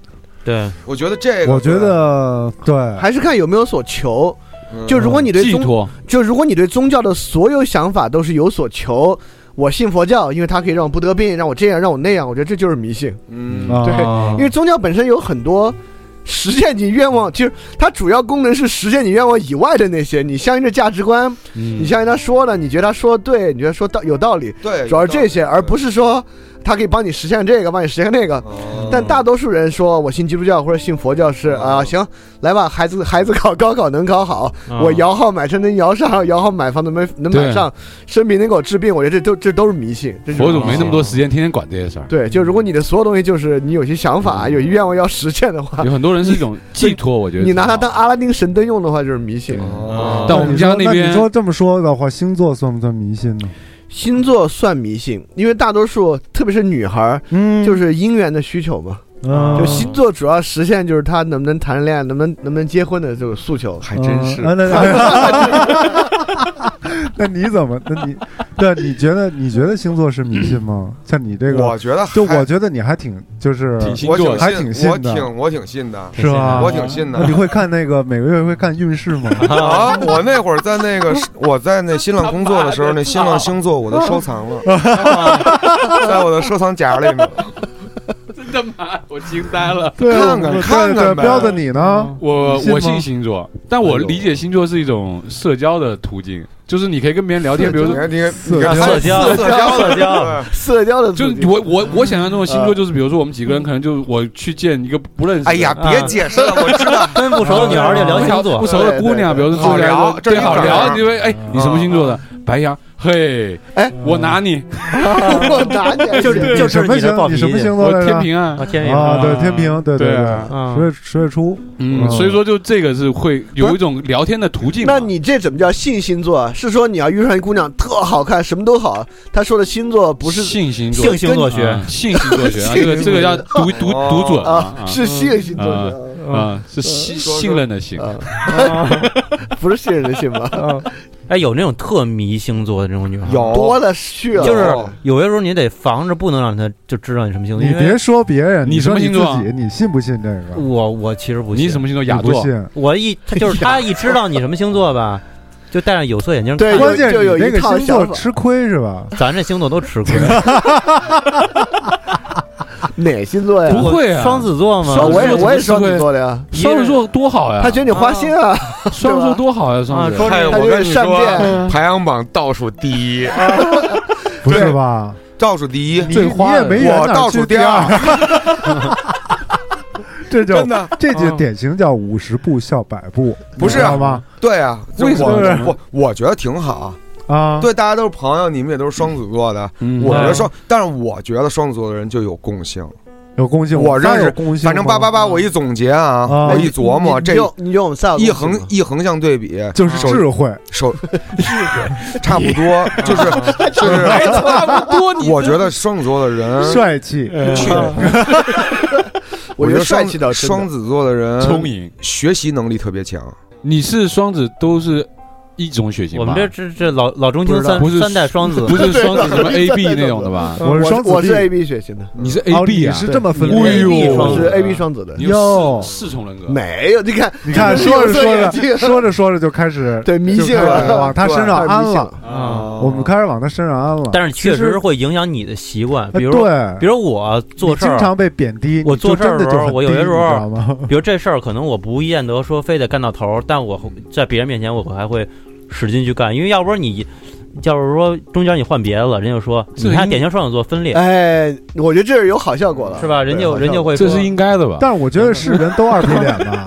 B: 对，
G: 我觉得这个，
E: 我觉得对，
F: 还是看有没有所求，
G: 嗯
F: 就如果你对
I: 寄
F: 宗
I: 托，
F: 就如果你对宗教的所有想法都是有所求，我信佛教，因为它可以让我不得病，让我这样，让我那样，我觉得这就是迷信。
G: 嗯
E: 啊
F: 对因为宗教本身有很多实现你愿望，其实它主要功能是实现你愿望以外的那些，你相应的价值观，你
I: 你
F: 相信他说的，你觉得他说的对，你觉得说道有道理，
G: 对，
F: 主要是这些，而不
G: 是。
F: 是说它可以帮你实现这个，帮你实现那个。
G: 哦
F: 但大多数人说我信基督教或者信佛教是啊、
G: 哦
F: 行，来吧，孩子，孩子考高考能考好，
I: 嗯
B: 啊
F: 我摇号买车能摇上，摇号买房能没能买上，生病能给我治病，我觉得这都这都是迷信。这是
I: 佛祖没那么多时间天天管这些事儿。
F: 对，就如果你的所有东西就是你有些想法、
I: 嗯
F: 有些愿望要实现的话
I: 有，很多人是一
G: 啊
I: 种寄托，我觉得
F: 你拿它当
I: 挺好
F: 阿拉丁神灯用的话就是迷信。
I: 嗯
G: 哦
I: 但我们家
E: 那你说
I: 边
E: 那你说这么说的话，星座算不算迷信呢？
F: 星座算迷信，因为大多数特别是女孩儿
E: 嗯
F: 就是姻缘的需求嘛。
E: 嗯
F: 就星座主要实现就是他能不能谈恋爱，能不能能不能结婚的这个诉求，还
E: 真是嗯那 那你怎么？那你对啊你觉得你觉得星座是迷信吗？像你这个，
G: 我觉得还
E: 就我觉得你还挺就是
G: 我挺信
E: 还挺
G: 我
E: 信的，啊
G: 挺我挺信的，
E: 是吧？
G: 我挺信的
E: 那。你会看那个每个月会看运势吗？
G: 啊！我那会儿在那个我在那新浪工作的时候，那新浪星座我都收藏了， 在我的收藏夹里面。
I: 真的 吗？我惊呆了。
E: 对看看我看看对对呗彪子你呢
I: 我
E: 你信吗
I: 我信星座，但我理解星座是一种社交的途径，就是你可以跟别人聊天，比如说
G: 你你看社交社交社交
F: 社交的
I: 途径，就是我我我想象中的星座就是，比如说我们几个人可能就我去见一个不认识的，
G: 哎 呀别解释了我知道
B: 跟不熟的女孩儿就聊星座
I: 不熟的姑娘，比如说
G: 好聊这
I: 对
G: 一
I: 好
G: 会儿
I: 聊，因为哎你什么星座的？白羊，嘿，
F: 哎，
I: 我拿你，
F: 我拿你
B: 就是
I: 对
B: 就是
I: 什么
B: 你的
I: 星
B: 暴脾
I: 你
B: 气
I: 什么星座来着我天平啊
B: 啊天平嗯
E: 啊，对天平，对
I: 对
E: 对
I: 啊，
E: 十月十月初，
I: 嗯，所以说就这个是会有一种聊天的途径嘛。
F: 那你这怎么叫信星座啊？是说你要遇上一姑娘特好看，什么都好，她说的星座不是
I: 性星座，啊性星座学啊，
F: 性
I: 这个这个要读读读准
F: 啊 是性星座
I: 啊
F: 学
I: 啊，是信信任的信，
F: 啊 不是信任的信吗？
B: 哎，有那种特迷星座的那种女孩，
F: 多了啊去了，
B: 就是有些时候你得防着，不能让她就知道你什么星座。
E: 你
B: 因为
E: 别说别人，
B: 你
E: 你
B: 什
E: 说
B: 么
E: 你
B: 星
E: 自
B: 座啊
E: 己，你信不信这个？
B: 我我其实不信。
E: 你什么星座亚座你不信
B: 我一他就是 他一知道你什么星座吧，就戴上有色眼镜看。
E: 关键你那个星座吃亏是吧？
B: 咱这星座都吃亏。
F: 哪星座呀？
B: 不会啊双子座吗
F: 啊我也
B: 双子座
F: 我也
B: 怎么
F: 是双子
B: 吃
F: 座的
I: 啊
F: 呀。
B: 亏双子座
I: 多好呀
F: 他觉得你花心啊，
I: 双子座多好呀，双子座。
G: 哎，
F: 他
G: 我
F: 就
G: 跟
F: 是
G: 你
F: 善
G: 说，
F: 变。
G: 排行榜倒数第一，
E: 不是吧？
G: 倒数第一，
E: 你最花的你也没远
G: 我
E: 哪儿
G: 倒
E: 去
G: 数第
E: 第
G: 二
E: 二， 这就
G: 真的
E: 这就
G: 嗯
E: 典型叫五十步笑百步，
G: 不是
E: 你知道吗？？
G: 对啊，就
E: 为什
G: 我
E: 么呢
G: 我我觉得挺好。
E: 啊，
G: 对，大家都是朋友，你们也都是双子座的。
I: 嗯
G: 我觉得双，但是我觉得双子座的人就有共性。
E: 有共性，
G: 我认
E: 当然有
G: 识
E: 共，性，
G: 反正八八八，我一总结啊，
E: 啊
G: 我一琢磨，这
F: 用你用我们仨有
G: 一
F: 共性
G: 横一横向对比，
E: 就是
G: 手
E: 智慧，
G: 手差不多，就是就是
E: 还差
I: 不多。
G: 我觉得双子座的人
E: 帅气，
G: 嗯我觉得
F: 帅
G: 双
F: 气倒真的
G: 双子座的人
I: 聪明，
G: 学习能力特别强。
I: 你是双子，都是一种血型吧？
B: 我们这这这老老中青三
I: 不是
B: 三代双子，
I: 不是双子什么 A B 那种的吧？
F: 我
E: 双子
F: 我是
E: 地
F: A B 血型的，
I: 你是 A B 啊？
E: 你是这么分
I: 哎
E: 类
I: 呦
E: 的，
F: 我是 A B 双子的。
I: 你有四四重人格，
F: 没有，你看
E: 你看，说着说着，
F: 着
E: 说着说着就开始
F: 对迷信
E: 就开始
F: 了，
E: 往他身上
F: 对太
E: 安
F: 迷信
E: 了。
B: 啊。
E: 我们开始往他身上安了。
B: 但是确
E: 其
B: 实 会影响你的习惯，
E: 呃
B: 比如
E: 对
B: 比如我做
E: 你
B: 事儿啊
E: 经常被贬低，
B: 我
E: 你就
B: 做事儿
E: 真
B: 的
E: 的
B: 时
E: 就
B: 候，
E: 很
B: 我有
E: 低
B: 些时
E: 你知道吗
B: 候， 比如这事儿可能我不见得说非得干到头，儿，但我会在别人面前我还会使劲去干，因为要不然你，要是说中间你换别的了，人就说
I: 这
B: 你看
I: 应
B: 典型双子座分裂
F: 哎，我觉得这是有好效果了，
B: 是吧？人
F: 对
B: 就
F: 好
B: 人
F: 效
B: 就
F: 果
B: 会
I: 这
B: 说
I: 是应该的吧？
E: 但是我觉得是 人都二皮脸吧，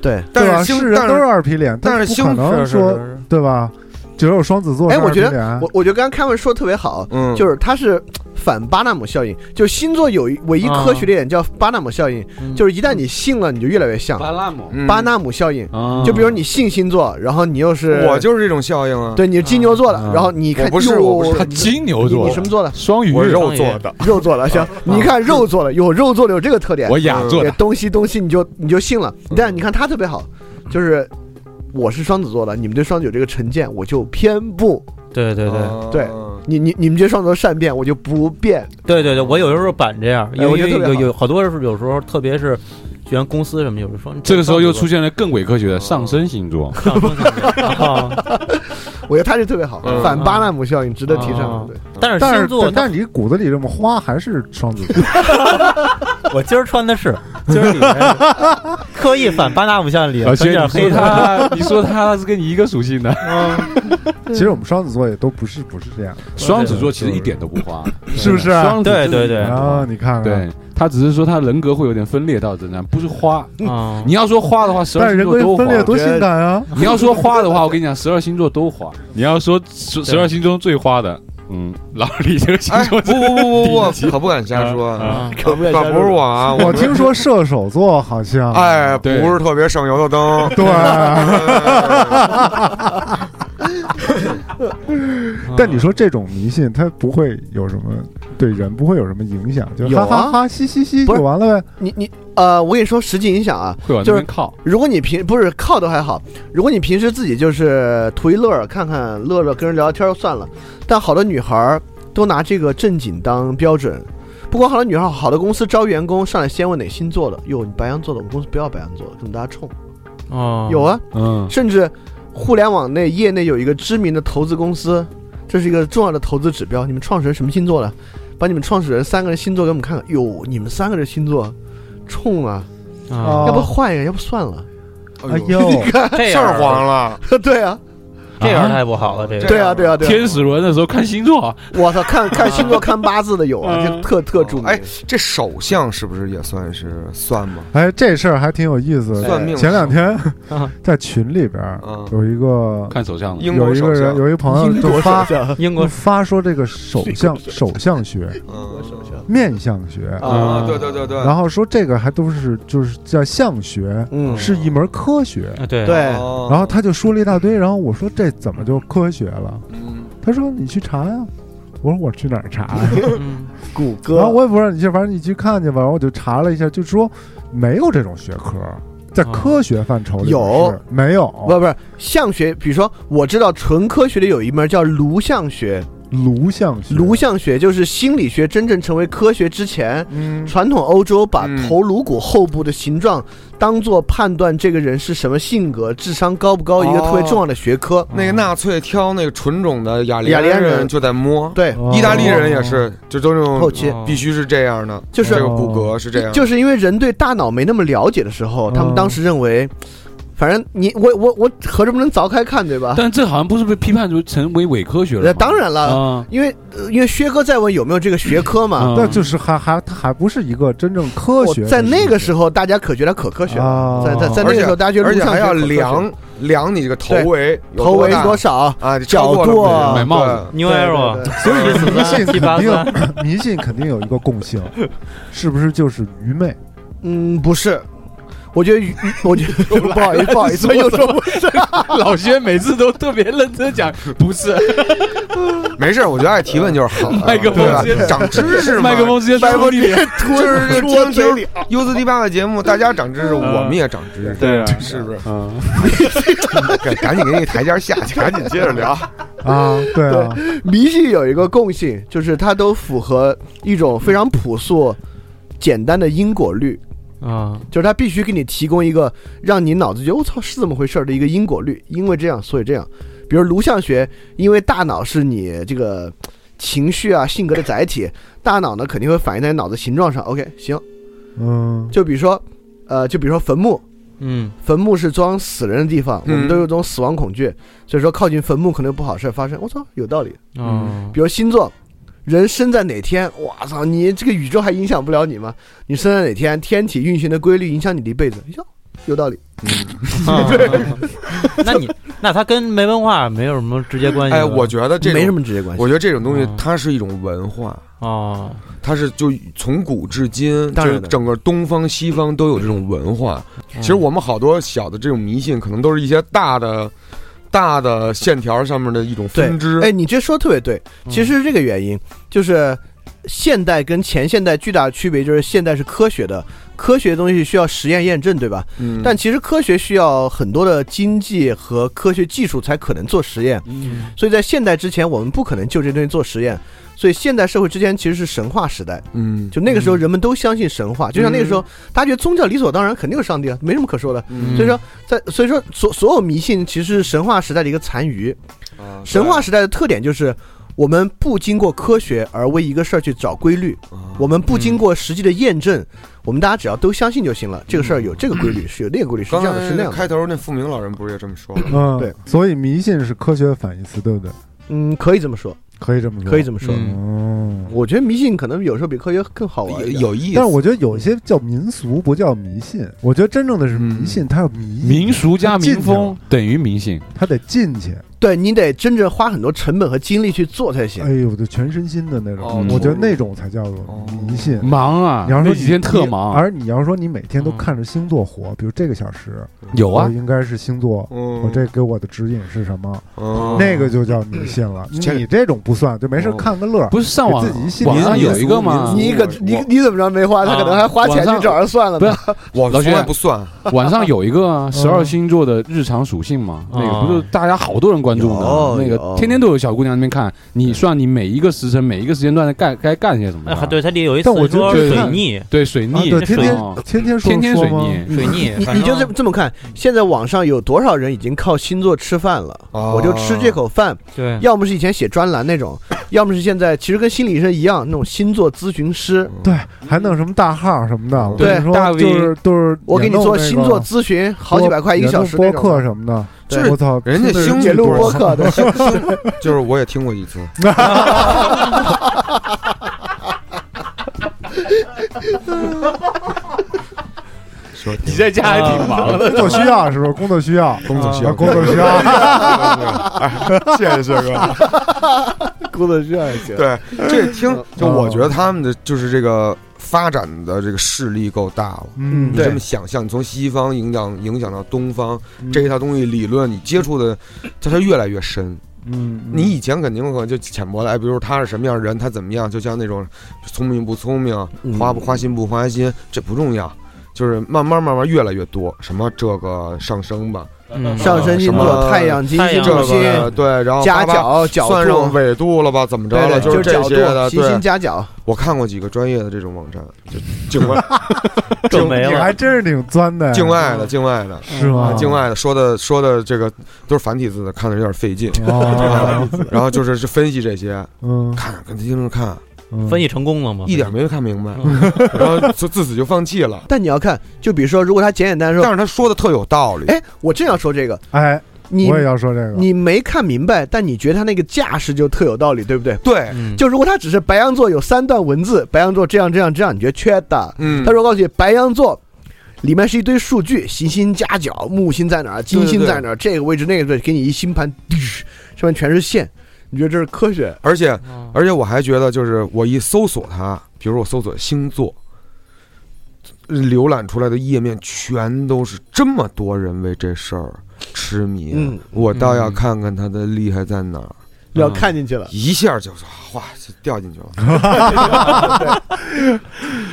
F: 对。
E: 对吧？
G: 但是
E: 是
G: 星，
E: 人
G: 但
E: 都是
G: 是
E: 二皮脸，
G: 但是
E: 不
G: 星
E: 可能
B: 是是
E: 说
B: 是是
E: 对吧？只有双子座是
F: 哎，我
E: 二皮
F: 觉得
E: 脸
F: 我。我觉得刚刚凯文说得特别好，
G: 嗯
F: 就是它是反巴纳姆效应，就星座有一唯一科学的一点叫巴纳姆效应，就是一旦你信了，你就越来越像
I: 巴拉姆，
G: 嗯
F: 巴纳姆效应。
I: 啊
F: 就比如你信星座，然后你又是
G: 我就是这种效应啊。
F: 对你是金牛座的
I: 啊，
F: 然后你看
G: 我不是
F: 哟
G: 我不
I: 他金牛座，
F: 你你什么座的？
I: 双鱼，
G: 我
I: 肉
G: 肉做的，
F: 肉座的，行，你一看肉座的有肉座的有这个特点，
I: 我啊亚座
F: 对
I: 的，
F: 东西东西你就你就信了。但你看他特别好，就是我是双子座的，你们对双子有这个成见，我就偏不。
B: 对对对
E: 啊
G: 嗯
F: 对你你你们这双子座善变，我就不变。
B: 对对对，我有时候板这样，
F: 哎
B: 有
F: 我觉
B: 有
F: 得特
B: 有
F: 别好
B: 有好多是有时候，特别是原公司什么，有时候说
I: 这个时候又出现了更伪科学的上升星座，
B: 上升星座 啊
F: 我觉得他这特别好，
G: 嗯
F: 反巴纳姆效应值得提倡。
B: 啊
F: 对，
B: 但是
E: 但
B: 星
E: 是
B: 座
E: 但，但是你骨子里这么花还是双子座，
B: 我今儿穿的是， 今儿里面刻意反巴纳姆效应里，
I: 而
B: 穿
I: 且
B: 点
I: 啊
B: 黑的。
I: 你说他，你说他是跟你一个属性的，
E: 其实我们双子座也都不是不是这样，
I: 双子座其实一点都不 花，
E: 是不是啊
I: 双子
B: 对对对
E: 啊，你看看，
I: 对，他只是说他人格会有点分裂到这样，不是花。
B: 啊
I: 你要说花的话，十
E: 但
I: 二
E: 是人
I: 星座
E: 格
I: 都花
E: 分。裂多性感啊！
I: 你要说花的话，我跟你讲，十二星座都花。 你要说十十二星座中最花的，嗯，老李这个星
G: 哎，
I: 座
G: 不
I: 是
G: 不不不不，可不敢瞎说啊，
B: 啊！
F: 可不可以？
G: 可不是我啊，
E: 我听说射手座好像，
G: 哎，不
I: 对
G: 是特别省油 的灯。哎
E: 对，但你说这种迷信，它不会有什么对人不会有什么影响，就
F: 有
E: 哈
F: 啊
E: 哈哈嘻嘻嘻
F: 不
E: 就是完了呗。
F: 你你呃，我跟你说实际影响啊
I: 会往，那
F: 就是
I: 边靠。
F: 如果你平不是靠都还好，如果你平时自己就是图一乐儿，看看乐乐，跟人聊天儿就算了。但好多女孩儿都拿这个正经当标准。不光好多女孩儿，好多公司招员工上来先问哪星座的，哟，你白羊座的，我们公司不要白羊座的，跟大家冲。
B: 哦
F: 有啊，
I: 嗯，
F: 甚至互联网内业内有一个知名的投资公司，这是一个重要的投资指标。你们创始人什么星座的？把你们创始人三个人星座给我们看看。哟，你们三个人星座，冲啊！
B: 啊
F: 要不换一个，要不算了。
E: 哎呦，
F: 你看，
B: 这
G: 事
B: 样
G: 儿黄了，
F: 对啊，
B: 这样太不好了，这个
F: 对啊，对啊，对啊！
I: 天使轮的时候看星座，
F: 我操，看看星座、看八字的有啊，这特特著名。
G: 哎，这首相是不是也算是算吗？
E: 哎，这事儿还挺有意思的。
G: 算命
E: 前两天
B: 啊
E: 在群里边儿
G: 嗯
E: 有一个
I: 看手相的。
G: 英
E: 有一
G: 国首
E: 个人
G: 相，
E: 有一朋友就发
B: 英国
E: 发说这个手相手相 学、
G: 嗯
E: 面相学，
G: 啊，对对对对，
E: 然后说这个还都是就是叫相学，
F: 嗯
E: 是一门科学。
B: 啊对
F: 对，
G: 哦
E: 然后他就说了一大堆，然后我说这怎么就科学了？
G: 嗯
E: 他说你去查呀、我说我去哪儿查呀、
B: 嗯
F: 谷
E: 然
F: 歌
E: 后我也不知道你去，反正你去看去吧。然后我就查了一下，就说没有这种学科，在
B: 啊
E: 科学范畴里
F: 有
E: 面是没有？
F: 不不是相学，比如说我知道纯科学里有一门叫颅相学，
E: 颅相学，
F: 颅相学就是心理学真正成为科学之前，
E: 嗯，
F: 传统欧洲把
G: 嗯
F: 头颅骨后部的形状当做判断这个人是什么性格、智商高不高一个特别重要的学科。
G: 那
B: 哦
G: 个纳粹挑那个纯种的雅利
F: 雅利安人
G: 人就在摸，
F: 对，
E: 哦
G: 意大利人也是，就都那种
F: 后期
B: 哦
G: 必须是这样的，
F: 就是
G: 这个啊骨骼是这样的，
F: 就是因为人对大脑没那么了解的时候，他们当时认为，反正你我我我合着不能凿开看对吧？
I: 但这好像不是被批判出成为伪科学了
F: 啊那
I: 吗？
F: 当然了，
I: 啊
F: 因为呃因为薛哥在问有没有这个学科嘛，
I: 嗯
E: 但就是还还它还不是一个真正科
F: 我
E: 学的事情。
F: 在那个时候大家可觉得可科学
E: 哦
F: 了，在在在那
G: 而
F: 个
G: 且
F: 时候大家觉得
G: 而
F: 颅
G: 且
F: 相
G: 还
F: 学
G: 要
F: 可科学
G: 量量你这个头围有
F: 头围
G: 大
F: 多少，
G: 啊，
F: 角
G: 超过了
F: 度
G: 不
F: 啊
G: 行
I: 买帽子，
B: ，New Era，
F: 对对
E: 所以
B: 七
E: 迷
B: 四
E: 信
B: 三七
E: 肯
B: 八三，
E: 定， 迷信肯定有一个共 性，是不是就是愚昧？
F: 嗯，不是。我觉得 愚，我觉 得不好意哎 思，不好意思，又说不是。
I: 老薛每次都特别认真讲，不是
G: 对没事儿，我觉得爱提问就是好的，啊
I: 麦克风
G: 对吧
I: 直接
G: 长知识嘛，
I: 麦克风直接
G: 麦克
I: 丢
G: 风
I: 你脸，
G: 就是听听优子第八的节目，大家长知识，我们也长知识，
I: 啊嗯对啊
G: 是不是？
I: 啊，
G: 赶赶紧给你台阶下 去，赶紧接着聊。
E: 啊，对啊，
F: 迷信有一个共性，就是它都符合一种非常朴素、简单的因果律，
B: 啊，
F: 就是它必须给你提供一个让你脑子觉得我操是这么回事儿的一个因果律，因为这样所以这样。比如颅相学，因为大脑是你这个情绪啊、性格的载体，大脑呢肯定会反映在脑子形状上。OK，行，
E: 嗯，
F: 就比如说，呃，就比如说坟墓，
B: 嗯
F: 坟墓是装死人的地方，我
G: 嗯
F: 们都有种死亡恐惧，所以说靠近坟墓可能有不好事儿发生。我操，有道理。
I: 嗯
B: 啊，
F: 比如星座，人生在哪天，我操，你这个宇宙还影响不了你吗？你生在哪天，天体运行的规律影响你的一辈子，哟，有道理。
B: 那你那他跟没文化没有什么直接关系吧？
G: 哎，我觉得这
F: 没什
G: 种，
F: 么直接关系
G: 我。觉得这种东西
B: 嗯
G: 它是一种文化，
B: 哦，
G: 它是就从古至今，
F: 当然
G: 就是
F: 的嗯
G: 整个东方西方都有这种文化。
B: 其
G: 其实我们好多小的这种迷信，可能都是一些大的、大的线条上面的一种分支。
F: 哎，你这说得特别对，
G: 嗯
F: 其实是这个原因就是现代跟前现代巨大的区别就是现代是科学的，科学的东西需要实验验证，对吧？
G: 嗯，
F: 但其实科学需要很多的经济和科学技术才可能做实验，
I: 嗯
F: 所以在现代之前，我们不可能就这东西做实验。所以现代社会之前其实是神话时代，
G: 嗯，
F: 就那个时候人们都相信神话，就像那个时候大家觉得宗教理所当然，肯定有上帝啊，没什么可说的。
G: 嗯
F: 所以说，在所以说所所有迷信其实是神话时代的一个残余。
G: 啊
F: 神话时代的特点就是。我们不经过科学而为一个事儿去找规
G: 嗯
F: 律，
G: 啊
F: 我们不经过实际的验证，我们大家只要都相信就行了。这个事儿有这个规律，是有那个规律，是
G: 嗯刚
F: 这样的，
G: 才
F: 是那样的。
G: 开头那富明老人不是也这么说 吗？
E: 嗯，
F: 对，
E: 所以迷信是科学的反义词，对不对？
F: 嗯，可以这么说，
E: 可以这么说，
F: 可以这么说。
B: 嗯
E: 嗯，
F: 我觉得迷信可能有时候比科学更好玩
G: 有
F: 一点。
G: 有意思
E: 但是，我觉得有一些叫民俗，不叫迷信。
I: 嗯
E: 我觉得真正的是迷信，它要迷
I: 民俗加民风等于迷信，
E: 它得进去。
F: 对你得真正花很多成本和精力去做才行。
E: 哎呦，就全身心的那种，我觉得那种才叫做迷信。
I: 忙啊
E: 你要说
I: 哦那几天
E: 你
I: 特
E: 你
I: 忙嗯
E: 而你要说你每天都看着星座活，比如这个小时
I: 有啊
E: 我应该是星座，
I: 嗯
E: 我这给我的指引是什么
G: 嗯
I: 哦？
E: 那个就叫迷信了。
I: 前
E: 你这种不算，就没事看个乐儿，
I: 嗯哦不是上网
E: 给自己心里
I: 网上
E: 安慰
I: 有一个吗
F: 你可你你怎么知道没花？他可能还花钱去找人算了
I: 不
F: 呢
I: 是。，老
F: 啊
I: 徐晚上有一个啊十二星座的日常属性嘛，那个不是大家好多人关注
F: 有
I: 的，那
F: 有
I: 个天天都有小姑娘那边看，你算你每一个时辰、每一个时间段该该干些什么
B: 哎
I: 啊？
B: 对它里有一次但我觉得说
I: 对
B: 水逆
I: 对水
E: 啊
I: 逆，
E: 对天天
I: 哦
E: 天天说
I: 天天
E: 说
I: 水
E: 吗
I: 逆，嗯
G: 哎
F: 你你就这么这么看，
G: 嗯
F: 现在网上有多少人已经靠星座吃饭了？
G: 哦
F: 我就吃这口饭。
B: 对
F: 要么是以前写专栏那种，要么是现在其实跟心理医生一样那种星座咨询
G: 嗯
F: 师。
E: 对，还弄什么大号什么的，我
F: 对
E: 跟你说
F: 大 V
E: 就是就是
F: 我给你
E: 也弄
F: 做
E: 那个
F: 星座咨询好几百块一个小时
E: 也弄
F: 那种
E: 播客什么的，
F: 就是
E: 我操，
G: 人家
E: 真的
G: 星
E: 是
G: 座
E: 播客的
G: 就是我也听过一次。
K: 你在家还挺忙的，
E: 工作需要是不是？工作需要，啊
G: 工作需要
E: 工作需要。
G: 哎 谢谢谢哥。
F: 工作需要也行。
G: 对，这听就
F: 嗯
G: 我觉得他们的就是这个发展的这个势力够大了。
F: 嗯
G: 你这
F: 对
G: 么想象，你从西方影响影响到东方
F: 嗯
G: 这一套东西理论，你接触的，它是越来越深。
E: 嗯
G: 你以前肯定可能就浅薄的，哎，比如他是什么样的人，他怎么样，就像那种聪明不聪明，
F: 嗯
G: 花不花心不花心，这不重要，就是慢慢慢慢越来越多，什么这个上升吧，
F: 嗯上升
G: 什
F: 星座
G: 么
F: 太阳金星
G: 这
F: 木星
G: 个对，然后
F: 夹
G: 八八
F: 角角
G: 算
F: 度
G: 上纬度了吧，怎么着
F: 对
G: 了，
F: 对
G: 是
F: 就是
G: 这
F: 角
G: 些
F: 度
G: 的，
F: 行
G: 对
F: 星夹角。
G: 我看过几个专业的这种网站，就境外
E: 这
G: 境
E: 你还真是挺钻的，
G: 境外的，境外的，
E: 是吗
G: 啊境外的说的说的这个都是繁体字的，看着有点费 劲。
F: 啊
E: 哦
G: 然后就是是分析这些，
E: 嗯，
G: 看跟听众看，
F: 啊
B: 分析成功了吗？
G: 一点没看明白， 然后就自此就放弃 了。
F: 但你要看，就比如说，如果他简简单单说，
G: 但是他说的特有道理。
F: 哎，我正要说这个，
E: 哎，
F: 你
E: 我也要说这个，
F: 你没看明白，但你觉得他那个架势就特有道理，对不对？
G: 对，
F: 就如果他只是白羊座有三段文字，白羊座这样这样这样，你觉得缺的。
G: 嗯
F: 他说告诉你，白羊座里面是一堆数据，行星夹角，木星在哪儿，金星在哪儿，这个位置那个位置，给你一星盘，滴上面全是线，你觉得这是科学？
G: 而且
F: 啊
G: 而且我还觉得，就是我一搜索它，比如我搜索星座，浏览出来的页面全都是这么多人为这事儿痴迷啊、
F: 嗯
G: 我倒要看看它的厉害在哪儿。
F: 要看进去了，
G: 一下就说哇，就掉进去了。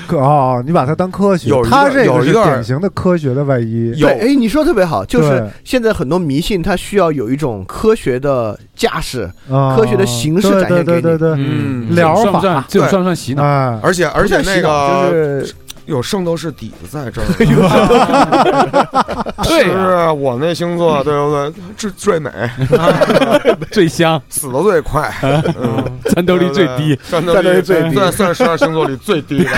E: 可哦，你把它当科学
F: 有，一段
E: 它这
F: 有
E: 个
F: 一
E: 是
F: 段
E: 典型的科学的外衣，
F: 对，哎，你说得特别好，就是
E: 对
F: 现在很多迷信，它需要有一种科学的架势、
E: 啊
F: 科学的形式展现给
E: 对
F: 你。
E: 对对对对
G: 嗯
E: 疗
G: 这种算不
E: 法
G: 算这种算不算洗
I: 嗯
G: 脑
E: 哎
G: 而且而且那
F: 不
G: 个
F: 算洗
G: 有圣斗士底子在这儿，对，
I: 啊
G: 是我那星座对不对？最最美，
I: 最香，
G: 死的最快，嗯
I: 战斗力最低
G: 对不对战斗力算算十二星座里最低的。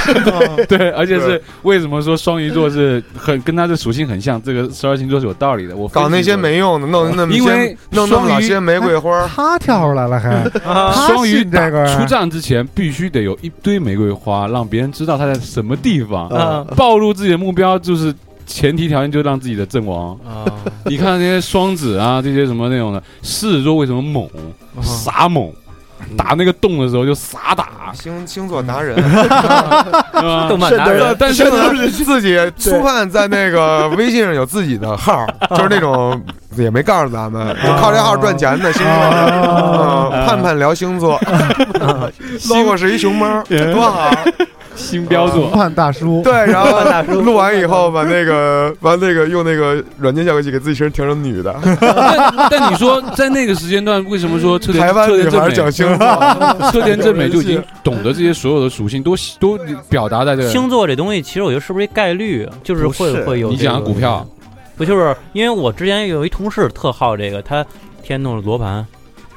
I: 对，而且是为什么说双鱼座是很跟它的属性很像？这个十二星座是有道理的。我分析
G: 搞那些
I: 过
G: 没用的，弄那么
I: 因为
G: 些弄那么老
I: 双鱼
G: 些玫瑰花 儿，
E: 他跳出来了还，
I: 啊
E: 他
I: 双鱼
E: 信这个
I: 打出战之前必须得有一堆玫瑰花，让别人知道他在什么地方
E: 啊，
I: 暴露自己的目标就是。前提条件就让自己的阵亡
G: 啊
I: 你看那些双子啊，这些什么那种的，狮子座为什么猛，
G: 啊
I: 傻猛，
G: 嗯
I: 打那个洞的时候就傻 打，
G: 星星座达人，
I: 对吧
G: 动漫达人但是呢，自己苏盼在那个微信上有自己的号，就是那种也没告诉咱们，就靠这号赚钱的星座人，嗯盼盼聊星座，logo 是一熊猫，多好。啊
I: 新标
E: 评判大叔，
G: 对，然后录完以后，把那个把那个用那个软件效果器给自己身上调成女的，
I: 但但你说在那个时间段，为什么说车田
G: 嗯 台湾
I: 车田
G: 女
I: 正
G: 孩
I: 美
G: 讲星座
I: 车田正美就已经懂得这些所有的属性，都都表达在这个
B: 星座这东西，其实我觉得是不是一概率啊，就是会
I: 不是
B: 会有。
I: 你讲股票，
B: 不就是因为我之前有一同事特好这个，他天天弄罗盘，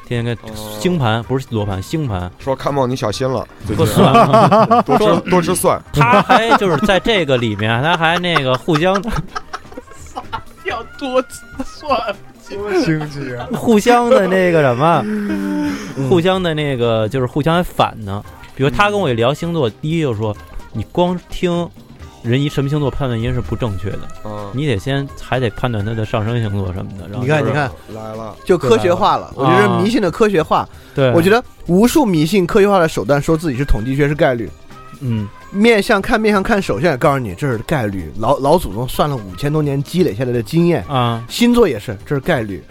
B: 天天跟星盘不是罗盘，星盘嗯
G: 说看梦你小心了，最
B: 不
G: 近
B: 算了
G: 多
B: 说
G: 吃多吃蒜。
B: 他还就是在这个里面，他还那个互相
K: 要多算多
E: 星期啊
B: 互相的那个什么，互相的那个就是互相还反呢。比如他跟我一聊星座，第一就说你光听人以什么星座判断一个人是不正确的，
G: 嗯
B: 你得先还得判断他的上升星座什么的。然后
F: 你看，
B: 就
F: 你
B: 是
F: 看，
G: 来了
F: 就科学化了。我觉得迷信的科学化，
B: 对
F: 我觉得无数迷信科学化的手段说自己是统计学是概率，
B: 嗯，
F: 面相看面相看手相，也告诉你这是概率，老老祖宗算了五千多年积累下来的经验
B: 啊，
F: 星座也是，这是概率。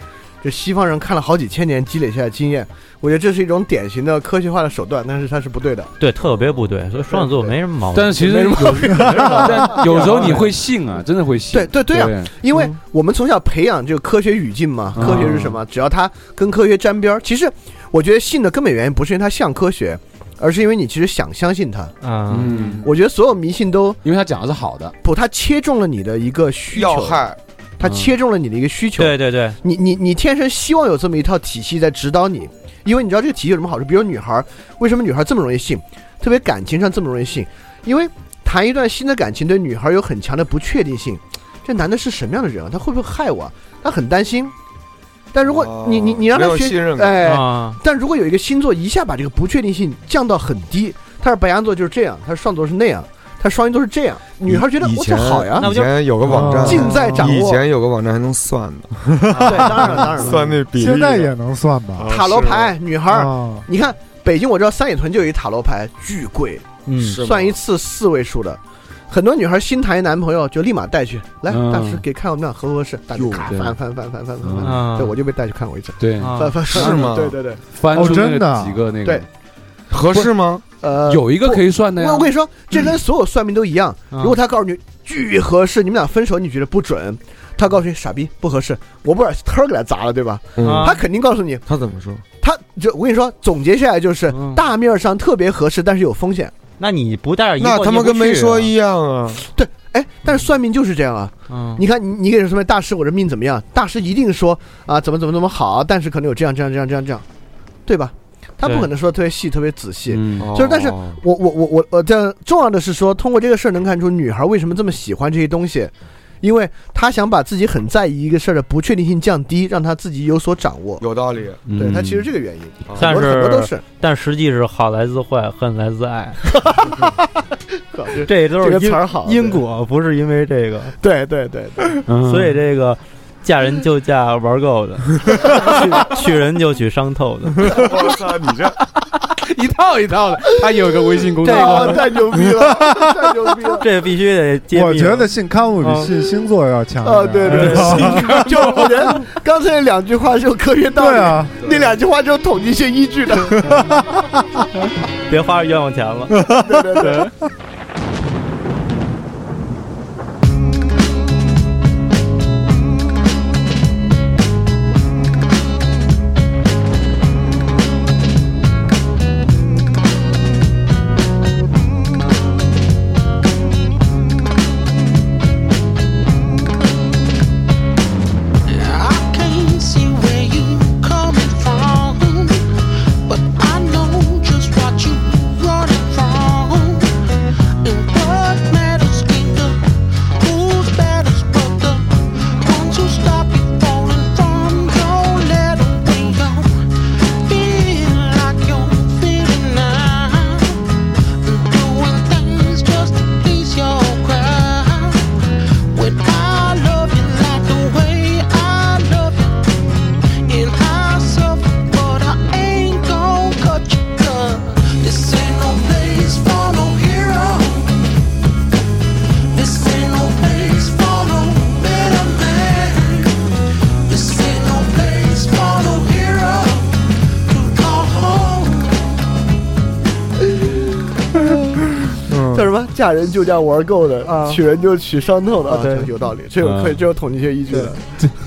F: 这西方人看了好几千年积累下来的经验，我觉得这是一种典型的科学化的手段，但是它是不对的。
B: 对，特别不对，所以双子座没什么毛病。
I: 但是其实有但有时候你会信啊，真的会信。嗯
F: 对对对啊，因
B: 嗯
F: 为我们从小培养这个科学语境
B: 啊
F: 嘛，科学是什么？只要它跟科学沾边儿，其实我觉得信的根本原因不是因为它像科学，而是因为你其实想相信它。
B: 啊，
I: 嗯，
F: 我觉得所有迷信都
I: 因为它讲的是好的，
F: 不，它切中了你的一个需求，
G: 要害
F: 它切中了你的一个需
B: 嗯
F: 求。
B: 对对对，
F: 你你你天生希望有这么一套体系在指导你，因为你知道这个体系有什么好处？比如女孩儿，为什么女孩儿这么容易信，特别感情上这么容易信？因为谈一段新的感情对女孩儿有很强的不确定性，这男的是什么样的人啊？他会不会害我啊？他很担心。但如果你你你让他
G: 哦没有
F: 学，
G: 信任感
F: 哎，
B: 啊
F: 但如果有一个星座一下把这个不确定性降到很低，他是白羊座就是这样，他是双子座是那样，他双鱼座是这样，女孩觉得
G: 以
F: 我
G: 前
F: 这好呀，
G: 以前有个网站，
F: 尽在掌握。
G: 以前有个网站还能算呢，
F: 对，当然了当然了，
G: 算那比啊例的。
E: 现在也能算吧？
F: 塔罗牌，女孩儿，
E: 啊
F: 你看北京，我知道三里屯就有一塔罗牌，巨贵，
B: 嗯，
G: 是吗
F: 算一次四位数的。很多女孩新谈一男朋友就立马带去，来
I: 嗯
F: 大师给看我们俩合不合适，大师
I: 哟
F: 咔
I: 对
F: 翻翻翻翻翻翻
B: 嗯
G: 啊
F: 翻，对我就被带去看过一次，
I: 对，
B: 啊
F: 翻翻翻
G: 是吗
F: 嗯对对对，
I: 翻
E: 哦
I: 出那
E: 真的
I: 个
E: 啊
I: 几个那个
F: 对，
G: 合适吗？
F: 呃，
I: 有一个
F: 不
I: 可以算的呀
F: 我。我跟你说，这跟所有算命都一样。
B: 嗯
F: 如果他告诉你巨合适，你们俩分手，你觉得不准，他告诉你傻逼不合适，我不把摊儿给他砸了，对吧？
G: 嗯
B: 啊
F: 他肯定告诉你，
G: 他怎么说？
F: 他就我跟你说，总结下来就是
B: 嗯
F: 大面上特别合适，但是有风险。
B: 那你不带着疑惑
G: 那他妈跟没说一样啊！
F: 对，哎，但是算命就是这样啊。
B: 嗯
F: 你看，你你给什么大师，我这命怎么样？大师一定说啊，怎么怎么怎么好，但是可能有这样这样这样这样这样，对吧？他不
B: 对
F: 可能说得特别细、特别仔细。
I: 嗯，
F: 就是但是
G: 哦
F: 我我我我我这重要的是说，通过这个事儿能看出女孩为什么这么喜欢这些东西，因为她想把自己很在意一个事儿的不确定性降低，让她自己有所掌握。
G: 有道理，
F: 对
I: 嗯
F: 她其实这个原因，
G: 啊
B: 但
F: 很多很多都
B: 是
F: 是。
B: 但实际是好来自坏，恨来自爱，
F: 呵这
B: 这都
F: 这
B: 是
F: 个词
B: 因
F: 儿好
B: 因果，不是因为这个。
F: 对对对对，
I: 嗯
B: 所以这个嫁人就嫁玩够 的，娶娶人就娶伤透的。
G: 我操，你这
I: 一套一套的，他有一个微信公众号，
F: 啊，太牛逼了，太牛逼了。
B: 这必须得揭秘。啊
E: 我觉得信刊物比信星座要强一点
F: 啊，对对， 对，就我觉得刚才那两句话是有科学道理，
E: 对啊，
F: 那两句话是有统计性依据的。
B: 别花冤枉钱 了。
F: 对对对。
C: I can't see where you coming from, but I know just what you running from. And what matters ain't the who's matters, but the ones who stop you falling from your little way. Feel like you're feeling now, doing things just to please your crowd. When I love you like the way I love you, and I suffer, but I ain't gon' cut you 'cause This ain't no place for no hero. This ain't no place for no better man. This ain't no place for no hero to call home.
F: 叫什么？嫁人就嫁玩够的，娶人就娶伤透的，啊
B: 对
F: 这有道理，这有科
I: 嗯
F: 这有统计学依据的，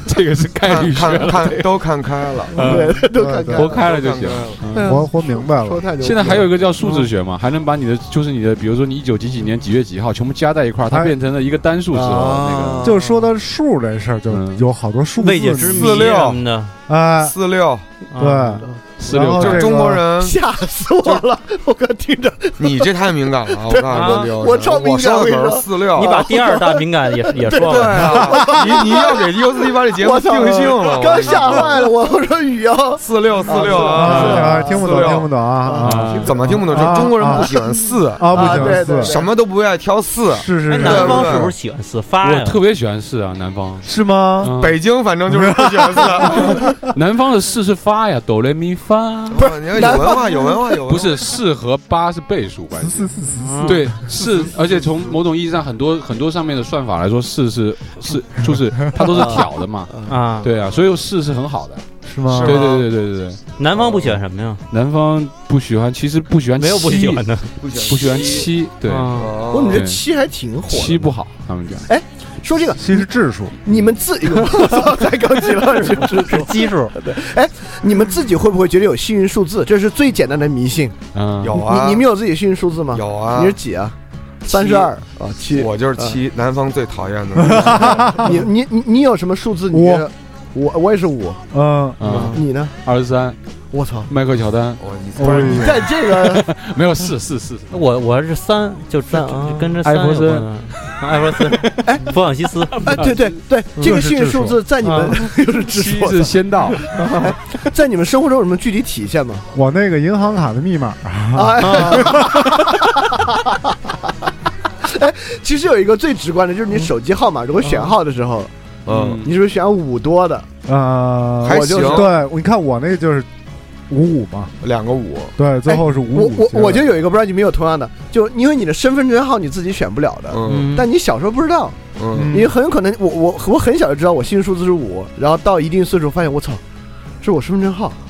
I: 这个是概率
G: 看
I: 哎学
G: 看
I: 了，
G: 看都看开了，
I: 嗯
F: 对，都看
E: 对
F: 看
I: 活。开了就行。嗯
E: 活活明白
F: 说
E: 了，
F: 太牛逼了，
I: 现在还有一个叫数字学嘛，还能把你的就是你的，比如说你一九几几年几月几号全部加在一块儿，它
E: 哎
I: 变成了一个单数之后那个。
E: 就说到数这事儿，就
I: 嗯
E: 有好多数字
B: 未解之谜
G: 四六
F: 啊
B: 什么的，
E: 哎，
G: 四六，
E: 对，
G: 四六就是中国 人
F: 吓死我了！我刚听着，
G: 你这太敏感了， 我告诉你，
F: 啊我超敏
G: 我
F: 感，
G: 说的
F: 跟
G: 可
F: 说
G: 是四六，
F: 你把第二大
B: 敏感也也
F: 说了
G: 对啊，你你要给 U 四一把这节目
F: 我操
G: 定性了，
F: 刚吓坏了我，我说雨瑶
G: 四六四六
E: 啊，
G: 啊，
E: 听不懂，听不懂啊啊！
G: 怎么听不懂？就中国人不喜欢四
E: 啊啊不喜欢
G: 对对对
E: 四
G: 什么都不愿意挑四，
E: 是是是
G: 对对
E: 南方
G: 对
E: 是不
I: 是
B: 喜欢四发
I: 我特别喜欢四啊，南方
E: 是吗？
G: 北京反正就是不喜欢 四，
I: 南方的四是发呀，哆来咪发，
G: 不是你看有 文化有文化有文化
I: 不是四和八是倍数关系，对是，而且从某种意义上，很多很多上面的算法来说，四是是就是它都是挑的
F: 嗯
I: 嘛，
B: 啊，
I: 对啊，所以四是很好的，
E: 是
B: 吗
G: 嗯
I: 对对对对对对，
B: 南方不喜欢什么呀？
I: 南方不喜欢，其实不喜欢
B: 没有不
I: 七
B: 喜欢的
I: 不喜欢七，对，
G: 嗯
F: 啊
B: 哦
F: 我你这
I: 对
F: 七还挺火的，
I: 七不好，他们讲。
F: 哎，说这个
E: 七是质数，
F: 你们自己， 我操，才刚提到是是
B: 基数，
F: 对，哎，你们自己会不会觉得有幸运数字？这是最简单的迷信。
I: 嗯，
G: 有啊
F: 你你们有自己幸运数字吗？
G: 有啊
F: 你是几啊？三十二啊，七，
G: 我就是七，南方最讨厌的。
F: 你你你你有什么数字？你觉得我我也是五，
E: 嗯
I: 嗯，
F: 你呢？
I: 二十三，
F: 我操，
I: 迈克乔丹，
G: 我你
F: 不是你
E: 嗯
F: 在这个
I: 没有四四四，
B: 我我是三，就三，就跟着三
I: 艾弗森
B: 有关啊，艾弗森， 哎，弗朗西斯，
F: 哎，对对对，这个幸运数字在你们 就是指数
I: 是先到，
F: 哎在你们生活中有什么具体体现吗？
E: 我那个银行卡的密码
F: 啊， 哎，其实有一个最直观的，就是你手机号码，如果选号的时候，
G: 嗯，
F: 你是不是选五多的？
E: 啊，
F: 还
E: 我就是
F: 行
E: 对，我你看我那个就是五五嘛，
G: 两个五，
E: 对，最后是
F: 哎
E: 五五结尾。
F: 我我我就有一个，不知道你们有同样的，就因为你的身份证号你自己选不了的，
G: 嗯
F: 但你小时候不知道，
G: 嗯
F: 你很有可能我我我很小就知道我幸运数字是五，然后到一定岁数发现我操，是我身份证号。
G: 嗯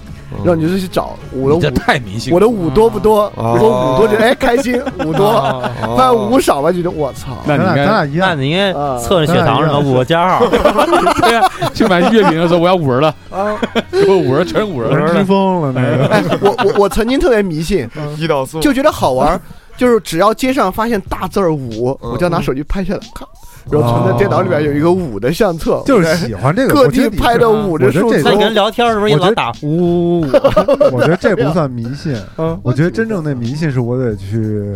F: 然后你就去找我的
K: 你
F: 五，
K: 这太迷信了
F: 我的五多不多？
K: 哦
F: 我五多觉得哎开心，五多
K: 哦；
F: 但五少吧，觉得我操。
I: 那你应该咱俩
E: 一样，
B: 那你应该测血糖什么，我加 号，
I: 对啊，去买月饼的时候我要五仁了，给我五仁全是五仁，
E: 之疯了那个。
F: 哎，我我我曾经特别迷信，
E: 嗯
G: 胰岛素
F: 就觉得好玩儿，就是只要街上发现大字儿五，我就要拿手机拍下来，咔，然后存在电脑里边有一个五的相册，
E: 哦就是喜欢这个
F: 各
E: 我觉
F: 地
E: 得你啊
F: 拍的五
E: 我
F: 的
E: 觉得
F: 数
E: 这
F: 字。
E: 个那你跟
B: 聊天是不是
E: 一老打
B: 呜？
E: 我觉得这不算迷信，
F: 嗯
E: 我觉得真正的迷信是我得去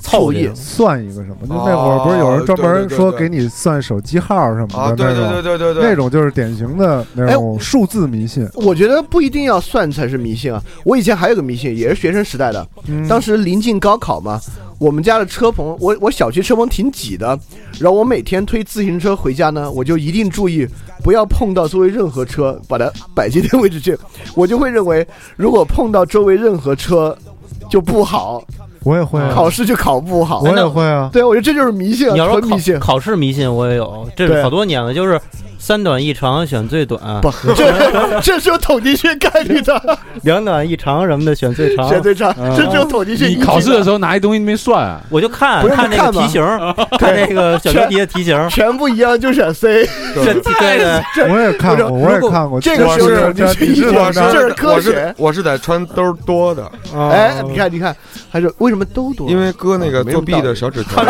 F: 凑一
E: 算一个什么。就那
F: 哦
E: 会儿不是有人专门说给你算手机号什么的那种，
F: 啊对对对对对对哎
E: 那种就是典型的那种数字迷信。
F: 我觉得不一定要算才是迷信啊！我以前还有个迷信，也是学生时代的，当时临近高考嘛，我们家的车棚，我我小区车棚挺挤的，然后我每天推自行车回家呢，我就一定注意不要碰到周围任何车，把它摆进那个位置去， 我就会认为如果碰到周围任何车就不好，
E: 我也会啊
F: 考试就考不好，
I: 哎
E: 我也会啊
F: 对，我觉得这就是迷信啊，
B: 你要说
F: 纯
B: 考
F: 迷信。
B: 考试迷信，我也有，这
F: 对
B: 是好多年了，就是三短一长选最短，
F: 不， 这这是有统计学概率的，
B: 两短一长什么的选最长，
F: 选最长这只有统计学依据
I: 你
F: 的
I: 考试的时候拿一东西没算啊，
B: 我就看
F: 不是
B: 看那个
F: 看吧
B: 题型，看那个选择题的题 型，
F: 全部一样就选 C，
B: 这对对，
E: 我也看过，我也看过。
F: 这个
G: 我
F: 是
G: 是
F: 统计学依据
G: 我
F: 这是科
G: 我
F: 学
G: 是我是得穿兜多的，
F: 哎，你看，你看，还是为什么都多？
G: 因为搁那个作弊的小指头，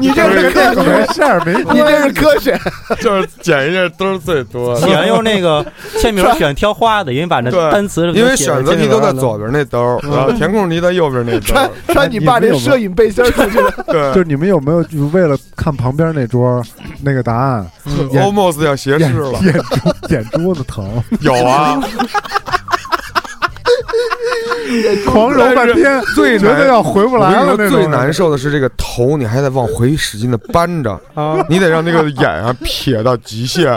F: 你这是科
E: 怎么回事
F: 学，
E: 儿？没
F: 你这是科 学。
G: 就是捡一下兜最多。
B: 喜欢用那 个签名选挑花的，因为把那
G: 对
B: 单词
G: 因为选择题都在左边那兜，然
F: 嗯
G: 后填空题在右边那兜。
F: 穿穿你爸那摄影背心儿出去的，
G: 对，
E: 就是你们有没有就为了看旁边那桌那个答案，
G: 嗯
E: 眼
G: almost 要斜视 了。
E: 眼珠眼珠子 疼？
G: 有啊，
E: 狂揉半天，
G: 最
E: 觉得
G: 难
E: 要回不来了
G: 我
E: 那
G: 跟
E: 种
G: 你说最难受的是这个头，你还得往回使劲的扳 着，你得让那个眼啊撇到极限，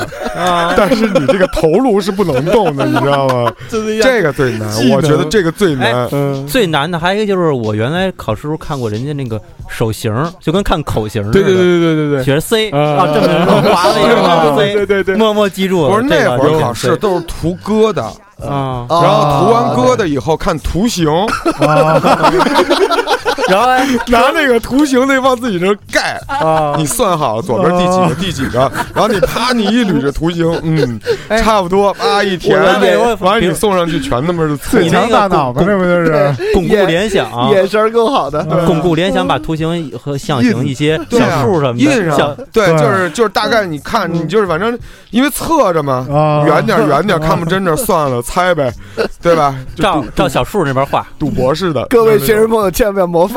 G: 但是你这个头颅 是不
E: 啊
G: 能动的，你知道吗？这个最难
B: 技，能
G: 我觉得这个最
B: 哎
G: 难。
B: 最难的还有一个就是我原来考试时候看过人家那个手型，就跟看口型似的。
I: 对对对对对对
B: 学 C
I: 啊
B: 啊，这 么滑了一个 C，
G: 对对对
B: 默默记住了。
G: 不是
B: 这
G: 那
B: 个
G: 会儿
B: 选
G: 考试
B: C
G: 都是涂疙瘩，
B: 啊
G: 然后涂完疙瘩以后看图形，
E: 啊
B: 然后哎
G: 拿那个图形那往自己这儿盖
B: 啊，
G: 你算好左边第几
B: 啊
G: 个第几个，然后你啪你一捋着图形，嗯，
E: 哎
G: 差不多，啪一填，
B: 我了解我
G: 完了你送上去全他妈是错
B: 你那个巩巩固
F: 眼
B: 联想啊，
F: 眼神儿够好的，
B: 巩固联想，把图形和象形一些
G: 对啊
B: 小数什么
G: 印
B: 的，
G: 上
B: 像，
G: 对，嗯就是就是大概你看，你就是反正因为侧着嘛，远点儿远点儿看不真着，算了，猜呗，对吧？
B: 照照小数那边画，
G: 赌博似的。
F: 各位学生朋友千万不要模仿。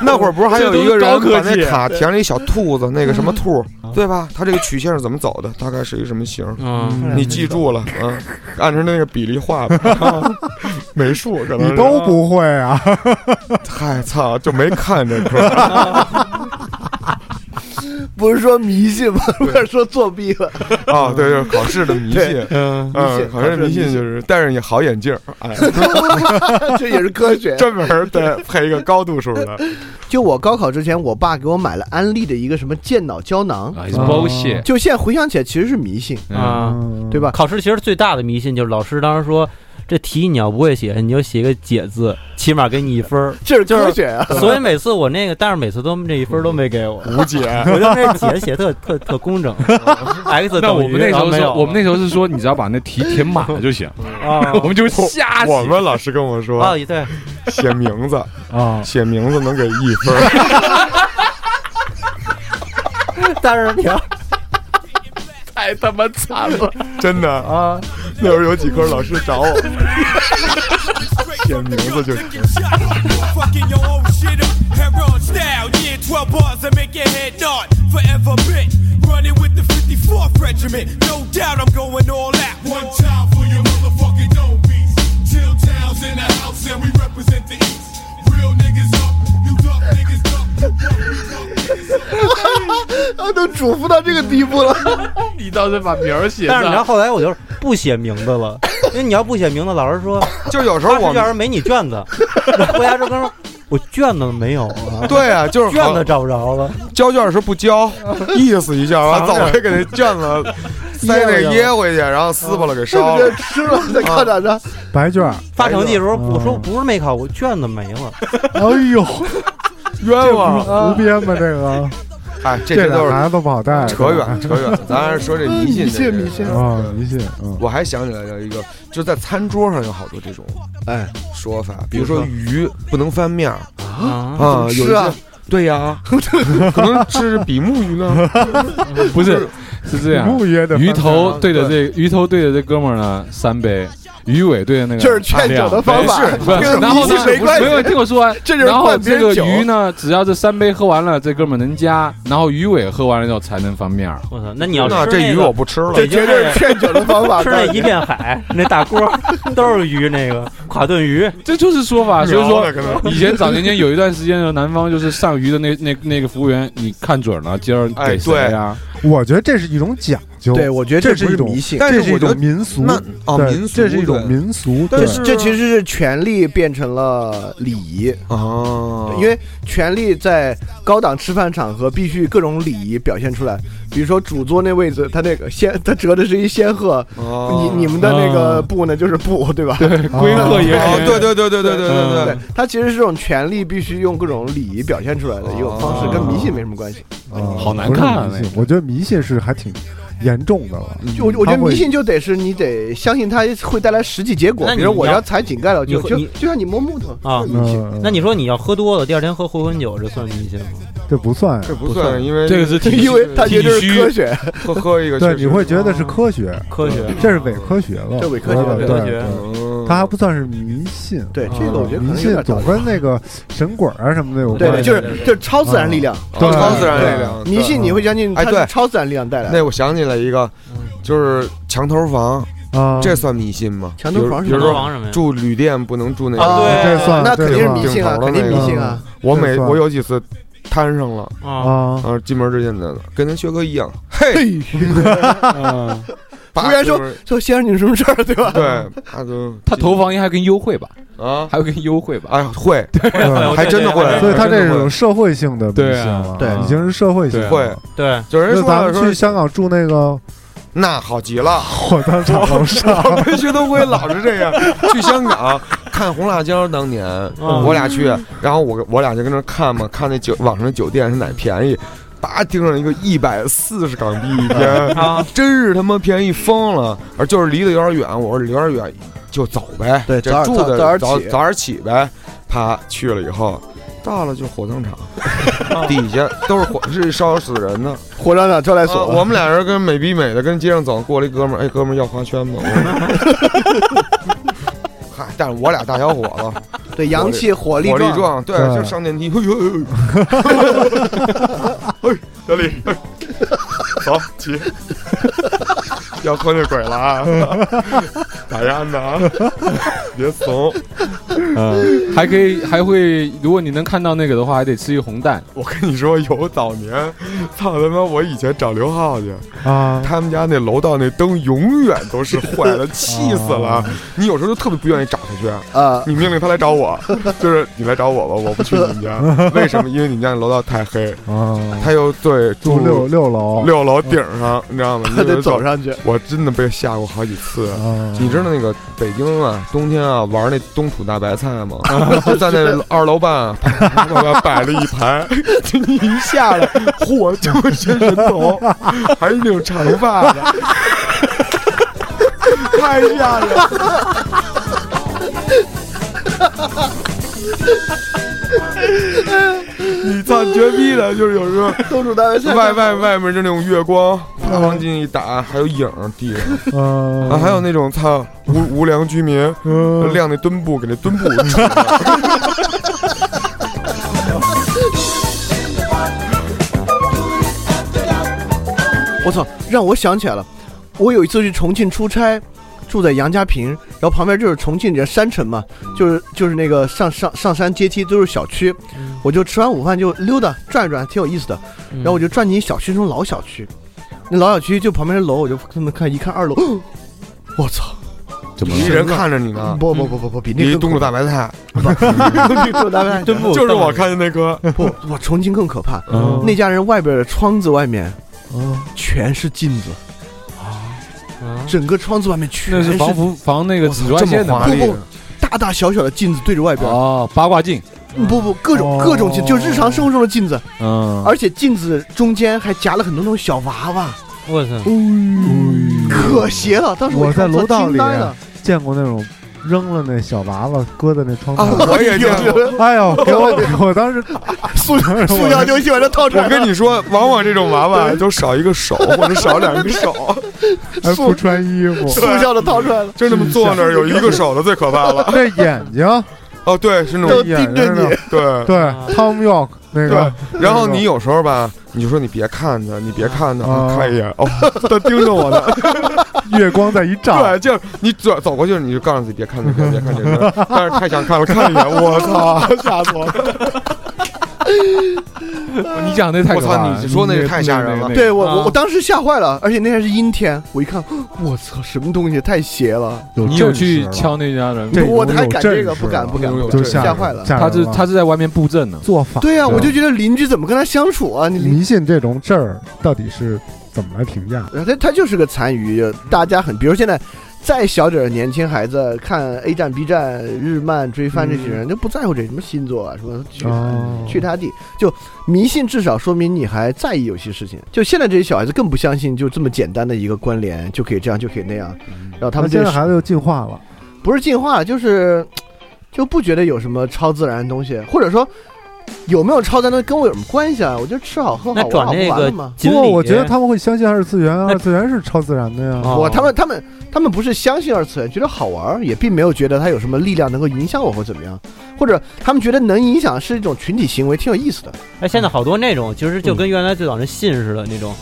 G: 那会儿不是还有一个人把那卡填
F: 了？
G: 了一小兔子，那个什么兔，对吧？它这个曲线是怎么走的？大概是一个什么形？
I: 嗯
G: 你记住了，嗯，按照那个比例画吧。 美术可能
E: 你
G: 是
E: 都不会啊？
G: 太操，就没看这课。
F: 不是说迷信吗？不是说作弊 了。
G: 啊，对，就是考试的迷信
F: 对，
G: 嗯
F: 迷信
G: 考试的迷信就是戴上你好眼镜儿， 哎，
F: 这也是科学
G: 专门儿对配一个高度数 的，
F: 就我高考之前，我爸给我买了安利的一个什么健脑胶囊
I: 啊，it's bullshit
F: 就现在回想起来，其实是迷信
B: 啊，
F: 对吧？
B: 考试其实最大的迷信就是老师当时说。这题你要不会写，你就写个解字，起码给你一分儿。
F: 这是科学啊
B: 就是所以每次我那个，但是每次都这一分儿都没给我，
G: 无解。
B: 我就那解写特特特工整，x
I: 那
B: 等于
I: 我们那时
B: 然后
I: 候
B: 啊没
I: 是，
B: 有
I: 我们那时候是说，你只要把那题填满了就行。
B: 啊
I: 我们就瞎写
G: 我们老师跟我说，
B: 啊对，
G: 写名 字
E: 啊，
G: 写名字能给一分儿。
B: 但是你要
K: 太他妈惨了！
G: 真的
B: 啊，
G: 那会儿有几科老师找我，写名字 就是
L: Fucking your old shit up. Heron style, yeah, 12 bars and make your head nod. Forever bitch, running with the 54th regiment. No doubt I'm going all out. One time for your motherfucking don't beats. Chill towns in the house and we represent the east. Real niggas up, you duck niggas duck. You duck, you duck niggas up.
F: 啊，都嘱咐到这个地步了，
K: 你倒是把名儿写
B: 但
K: 上。
B: 是你知道后来我就不写名字了， 因为你要不写名字，老师说
G: 就有时候我
B: 卷儿没你卷子，然后回家之后跟我说我卷子没有啊，
G: 对啊，就是
B: 卷子找不着了，
G: 交卷时不交，意思一下，啊
E: 啊
G: 完了走回给那卷子塞那个 掖回去，然后撕巴了 给烧了。
F: 吃了再看展着。
E: 白卷儿，
B: 发成绩的时候我说不是没考，我卷子没了，
E: 哎呦，
G: 冤
E: 这
G: 枉
E: 不是胡编吗？这个，
G: 哎，这
E: 这
G: 些都
E: 俩孩
G: 是
E: 子不好带，
G: 扯远扯远，咱还是说这迷信
E: 哎
G: 这个
E: 迷信啊，迷信啊，
G: 我还想起来了一个，就是在餐桌上有好多这种
F: 哎
G: 说法，比
F: 比
G: 如
F: 如
G: 说
F: 说
G: 鱼不能翻面儿
B: 啊
G: 啊，有一
F: 是
G: 些
F: 啊。
G: 对呀，可能是比目鱼呢，
I: 不是，是这
G: 啊
I: 样
E: 不约的。啊
I: 鱼头对着这鱼头对着这哥们儿呢三杯，鱼尾对着那个
F: 这是劝酒的方法
I: 哎 是不是
F: 这个
I: 然后呢
F: 迷信没关系
I: 没有听我说完，
F: 这就是
I: 然后
F: 灌别
I: 这
F: 人
I: 个
F: 酒
I: 鱼呢，只要这三杯喝完了，这哥们儿能加，然后鱼尾喝完了之后才能翻面儿。
B: 我操，那你要吃
G: 那这
B: 那
G: 鱼
B: 个
G: 我不吃了，
F: 这绝对是劝酒的方 法。
B: 吃那一片海，那大锅都是鱼，那个垮炖鱼，
I: 这就是说法，所以
G: 聊的可
I: 说
G: 能
I: 以前早年间有一段时间的时候，南方就是上鱼的那那那个服务员，你看准了，今儿
G: 哎
I: 给谁
G: 对
I: 呀？
E: 我觉得这是一种讲究，
F: 对我觉得
E: 这
F: 哎这不
E: 一
F: 是
E: 种
F: 迷信
E: 这
G: 但是
E: 一
G: 我觉
E: 种
G: 得
E: 民俗，
G: 那哦
E: 对
G: 民俗
E: 这是一种
G: 对
E: 民俗，
F: 但
E: 对
F: 是这其实是权力变成了礼仪，
G: 哦，
F: 因为权力在高档吃饭场合必须各种礼仪表现出来。比如说主桌那位置，他那个仙，他折的是一仙鹤，
G: 哦
F: 你你们的那
I: 啊
F: 个布呢就是布，对吧？ 对
E: 啊
I: 龟鹤爷
G: 哦，对对对对对对对对
F: 对，，它其实是这种权力必须用各种礼仪表现出来的一种
B: 哦
F: 方式，跟迷信没什么关系。
E: 啊
I: 好难
E: 不是
I: 看啊
E: 迷信我觉得迷信是还挺严重的了，
F: 就我我觉得
E: 它会
F: 迷信就得是你得相信它会带来实际结果
B: 那，你
F: 比如我
B: 要
F: 要踩井盖了，就
B: 你会
F: 就
B: 你
F: 就像你摸木头
B: 啊
F: 就是迷信。
E: 嗯
B: 那你说你要喝多了，第二天喝回魂酒，这算迷信吗？
E: 这不算呀
G: 这不算，因为
I: 这个是体
F: 因为他觉得
I: 体虚
F: 是科学，
G: 喝喝一个确
E: 对，
G: 实，
E: 你会觉得是科学，
B: 科学
E: 这是伪科学了，
F: 这伪科学
E: 我觉得
B: 科
F: 伪
E: 对
B: 学
E: 对
G: 嗯
E: 它还不算是迷信，
F: 对这个我觉得可
E: 迷
F: 能有
E: 信
F: 点道
E: 总
F: 理。
E: 跟那个神鬼儿啊什么的有
F: 对
E: 关
F: 对，啊
E: 系，
F: 就是就是超自然力量，
E: 对
G: 超自然力量，
F: 迷信你会相信
G: 哎
F: 它
G: 对
F: 是超自然力量带来的。
G: 那我想起来一个，就是墙头房，
E: 啊，
G: 这算迷信吗？
F: 墙头房
G: 比
F: 是
G: 如
F: 什
G: 比如说
F: 么？
B: 王什么呀？
G: 住旅店不能住那
F: 啊
G: 个，
F: 对
E: 这算
F: 那肯定是
E: 这
F: 迷信啊，
G: 顶头的那
F: 肯定
G: 个
F: 迷信啊。
G: 我每
E: 这算
G: 我有几次摊上了，
B: 啊，
E: 啊，
G: 啊，进门之前的跟咱薛哥一样， 嘿，
I: 嗯，
G: 服
F: 服务员说说先生，你有什么事儿对吧？
G: 对，他 就
I: 他投房应该还跟优惠吧，
G: 啊，
I: 还有跟优惠吧，
G: 哎 会
E: 哦对
G: 还真的会，
E: 所以它这是
G: 还真的
E: 有
G: 会
E: 社会性的迷信
I: 对啊
E: 了，
F: 对
E: 已经是社会性嗯
I: 对
E: 了
I: 啊
G: 会，
B: 对，
G: 有人
E: 就
G: 说
E: 咱
G: 了
E: 们去
G: 说
E: 香港住那个
G: 那好极了，
E: 火葬场楼上
G: 我们学生会老是这样。去香港看红辣椒，当年
F: 嗯
G: 我俩去，然后我我俩就跟那儿看嘛，看那酒网上的酒店是哪便宜。叭盯上一个一百四十港币一 天
K: 啊
G: 真是他妈便宜疯了！而就是离得有点远，我说离有点远就走呗，对
F: 早
G: 住
F: 早
G: 的
F: 早点
G: 早
F: 起
G: 早点起呗。啪去了以后，到了就火葬 场，底下都是火，是烧死人的。
F: 火葬场招待所
G: 啊我们俩人跟美逼美的跟街上走，过来一哥们儿，哎，哥们儿要花圈吗？我 说嗨，但是我俩大小伙 子，
F: 对阳气
G: 火
F: 火力
G: 火力
F: 壮
G: 壮，对，
F: 对
G: 就上电梯，哎呦哎呦，哎呦 哎，小李，哎走起， 要喝那鬼了啊， 打压呢啊，别怂，
I: 嗯，还可以，还会，如果你能看到那个的话，还得吃一红蛋。
G: 我跟你说，有早年，操他妈！我以前找刘浩去
E: 啊，
G: 他们家那楼道那灯永远都是坏的，气死了。你有时候就特别不愿意找他去
F: 啊，
G: 你命令他来找我，就是你来找我吧，我不去你们 家。为什么？因为你们家那楼道太黑，
E: 啊，
G: 他又对
E: 住六六楼
G: 六楼顶上，你知道吗？
F: 他得走上
G: 去。我真的被吓过好几次
E: 啊。
G: 你知道那个北京啊，冬天啊玩那冬储大白菜吗？ 就在那二楼半，啪啪啪摆了一排，就 你一下来，嚯，就伸伸头，还是那种长发的， 太吓人了。 你操，绝逼的，就是有时候
F: 都主 大白菜
G: 外外外面就那种月光，啪往进一打，还有影儿地上，
E: 呃
G: 啊，还有那种操无无良居民
E: 嗯
G: 晾那墩布，给那墩布杵了。
F: 我操，让我想起来了，我有一次去重庆出差，住在杨家坪，然后旁边就是重庆人山城嘛，就是就是那个上上上山阶梯都是小区，
I: 嗯
F: 我就吃完午饭就溜达转一转，挺有意思的。然后我就转进一小区，那种老小区，那老小区就旁边的楼，我就这么看，一看二楼，我操！
I: 怎
G: 么了一人看着你呢
F: 不不不不不，比那
G: 你
F: 个
G: 啊东主大白菜，
F: 东主大白菜
G: 墩布就是我看见那哥，
F: 不，我重庆更可怕
G: 嗯，
F: 那家人外边的窗子外面
E: 嗯，
F: 全是镜子。整个窗子外面全
I: 啊那是防辐防那个紫
G: 啊
I: 外线的嘛
F: 不不，大大小小的镜子对着外
E: 啊
F: 边
I: 哦，八卦镜，
F: 不不，各种
E: 哦
F: 各种镜，就日常生活中的
E: 啊
F: 镜子，
I: 嗯，
F: 而且镜子中间还夹了很多那种小娃娃，
B: 我操，
E: 嗯
F: 可邪了！当时
E: 我
F: 一看
E: 在楼道
F: 惊
E: 里啊
F: 呆了
E: 见过那种扔了那小娃娃搁在那窗台，
G: 啊我 也见过
E: 哎呦，给啊我给我当 时
F: 塑
E: 塑
F: 喜欢这套
G: 我跟你说，往往这种娃娃都少一个手或者少两个手，
E: 还不穿衣服，
G: 塑塑料的
F: 掏出
E: 啊
F: 来了，
G: 就那么坐那儿有一个手的最可怕了。
E: 那眼睛
G: 哦，对，是 那种
E: 都盯着你
G: 对
E: 对，Tom York 那个，
G: 对，然后你有时候吧，你就说你别看他，你别看他，
E: 啊
G: 看一眼，哦，他盯着我呢。
E: 月光在一
I: 啊
E: 照，
G: 对，就是你走走过去，你就告诉自己别看这个，别看这个，但是太想看了，看一眼，我操，吓死我了！
I: 你讲那太
G: 我
I: 可怕
G: 操，
I: 了
G: 你说那是太吓人了。
F: 对我我我当时吓坏了，而且那天是阴天，我一看，我操，什么东西太邪了！
I: 你有去敲那家人？
F: 我还敢这个，不
E: 啊
F: 敢不敢，不敢吓坏了。
I: 他是他是在外面布阵呢，
E: 做法
F: 对啊呀，我就觉得邻居怎么跟他相处啊？你
E: 迷信这种事儿到底是怎么来评价？
F: 他他呃就是个残余，大家很，比如现在再小点儿的年轻孩子看 A 站、B 站、日漫追番这些人，就不在乎这什么星座啊，什么去、
E: 嗯哦
F: 去他地，就迷信，至少说明你还在意有些事情。就现在这些小孩子更不相信，就这么简单的一个关联就可以这样，就可以那样，然后他
E: 嗯
F: 们
E: 那现
F: 这
E: 在孩子又进化了，
F: 不是进化，就是就不觉得有什么超自然的东西，或者说。有没有超自然的跟我有什么关系啊？我就吃好喝好
B: 那
F: 玩
B: 转
F: 好不
B: 那
F: 完了
B: 个
F: 嘛。
E: 不过我觉得他们会相信二次元，啊二次元是超自然的呀。
F: 我他们他们他们不是相信二次元，觉得好玩儿，也并没有觉得它有什么力量能够影响我或怎么样，或者他们觉得能影响是一种群体行为，挺有意思的。
B: 哎，现在好多那种，其实就跟原来最早那信似的那种，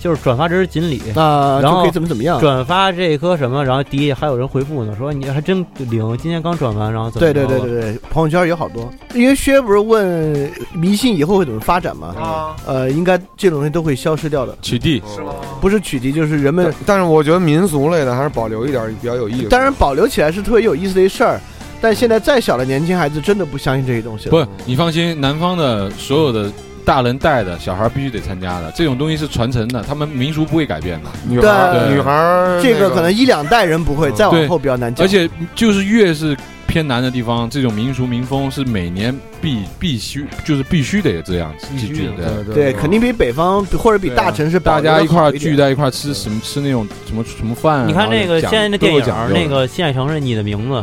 B: 就是转发这是锦鲤，
F: 啊
B: 然
F: 就
B: 后
F: 可以怎么怎么样
B: 转发这一颗什么，然后底下还有人回复呢，说你还真灵，今天刚转完，然后怎么
F: 对
B: 着
F: 对
B: 了
F: 对对对，朋友圈有好多，因为薛不是问迷信以后会怎么发展吗？
B: 嗯
G: 啊，
F: 呃，应该这种东西都会消失掉的，
I: 取缔
G: 是吗？
F: 不是取缔就是人们，
G: 但是我觉得民俗类的还是保留一点比较有意思。
F: 当然保留起来是特别有意思的一事儿，但现在再小的年轻孩子真的不相信这些东西了。
I: 不，你放心，南方的所有的大人带的，小孩必须得参加的，这种东西是传承的，他们民俗不会改变的。
G: 女孩儿女孩儿
F: 这
G: 那
F: 个可能一两代人不会，再往后比较难讲。
I: 而且就是越是偏南的地方，这种民俗民风是每年必必须就是必须得这样子去去的。
F: 嗯对，
G: 嗯
F: 肯定比北方或者比大城市保
I: 大
F: 留得好
I: 家
F: 一
I: 一块儿
F: 点
I: 聚在一块儿吃什么吃那种什么什么饭啊？
B: 你看那个
I: 讲
B: 现在那电
I: 都有
B: 影
I: 讲
B: 儿，
I: 究
B: 那个《新海诚是你的名字》，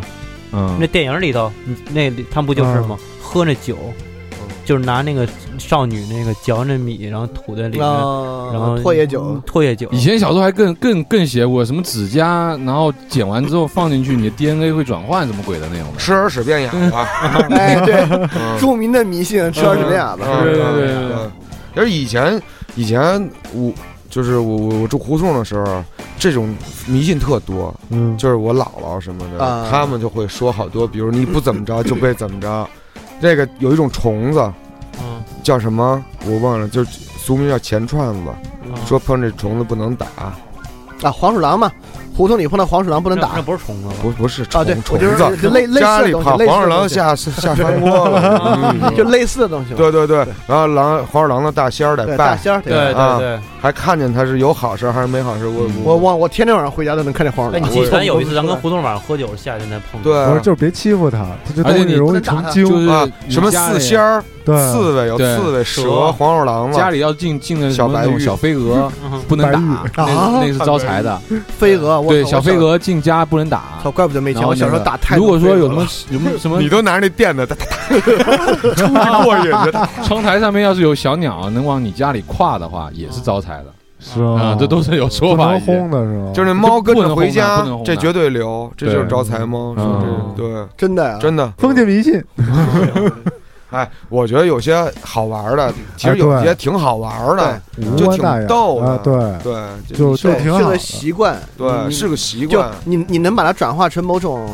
I: 嗯
B: 那电影里头，嗯那他们不就是吗？喝那酒，就是拿那个少女那个嚼那米，然后吐在里面，
F: 啊
B: 然后
F: 唾液酒，
B: 唾液酒。
I: 以前小时候还更更更邪乎，什么指甲，然后剪完之后放进去，你的 DNA 会转换，什么鬼的那种的。
G: 吃耳屎变哑 嗯巴。
F: 哎，对，著名的迷信吃耳屎 变哑巴。
B: 啊
G: 嗯嗯因为以前以前我就是我我我住胡同的时候，这种迷信特多，
B: 嗯，
G: 就是我姥姥什么的，
F: 啊
G: 他们就会说好多，比如你不怎么着就被怎么着，这个有一种虫子，
B: 嗯，
G: 叫什么我忘了，就是俗名叫钱串子，
B: 啊嗯
G: 说碰这虫子不能打，
F: 啊，黄鼠狼嘛，胡同里碰到黄鼠狼不能打，
B: 那不是虫子吗？
G: 不不是虫
F: 啊，对，
G: 虫
F: 我就是
G: 子，
F: 类类似
G: 家
F: 的
G: 里
F: 东西
G: 怕，
F: 类似的
G: 黄鼠
F: 东
G: 狼
F: 西
G: 下下山窝 了，嗯
F: 就类似的东西嘛。
G: 对对对，然后狼黄鼠狼的大仙儿得
F: 对
G: 拜，
F: 大仙儿得拜
G: 啊
F: 对对对，
G: 还看见他是有好事还是没好事，我
F: 我忘，我天天晚上回家都能看见黄鼠
B: 哎，
F: 狼。
B: 你记
F: 我
B: 得咱有一次咱跟胡同晚上喝酒，夏天在碰见。
E: 我说就是别欺负他，他这东西容易成精，
G: 啊，什么四仙儿、
E: 对
G: 刺猬有
I: 对
G: 刺猬、蛇、
I: 蛇
G: 黄鼠狼嘛，
I: 家里要进进的
G: 小白
I: 那种
G: 玉、
I: 小飞蛾 不能打，那
F: 啊
I: 那是招财的。
F: 飞蛾，我
I: 对，
F: 操
I: 小飞，
F: 我
I: 蛾进家不能打。
F: 操，怪不得没钱，
I: 然后
F: 我小时候
I: 那个
F: 打太
I: 如
F: 多
I: 果
F: 飞
I: 说
F: 蛾
I: 有什
F: 了
I: 么 有没有什么，
G: 你都拿着那电的，哒哒哒，出去过瘾去。
I: 窗台上面要是有小鸟能往你家里跨的话，也是招财的。
E: 是吗
I: 啊，这都是有说法。
E: 不能轰的是吗
G: 就是那猫跟
I: 不
G: 着
I: 能
G: 回
I: 轰的
G: 家
I: 不能，轰
G: 这
I: 的
G: 绝对留，这就是招财猫，是不是
I: 嗯？
G: 对，
F: 真的啊
G: 真的。
E: 封建迷信。
G: 哎，我觉得有些好玩的，其实有
E: 哎对
G: 些挺好玩的，
E: 对
G: 就
E: 无关大雅
G: 挺逗的
E: 啊。对
G: 对，
E: 就
G: 就
E: 就挺
F: 是
E: 好
F: 个
E: 的
F: 习惯，
G: 对
F: 你
G: 是个习惯
F: 就你你能把它转化成某种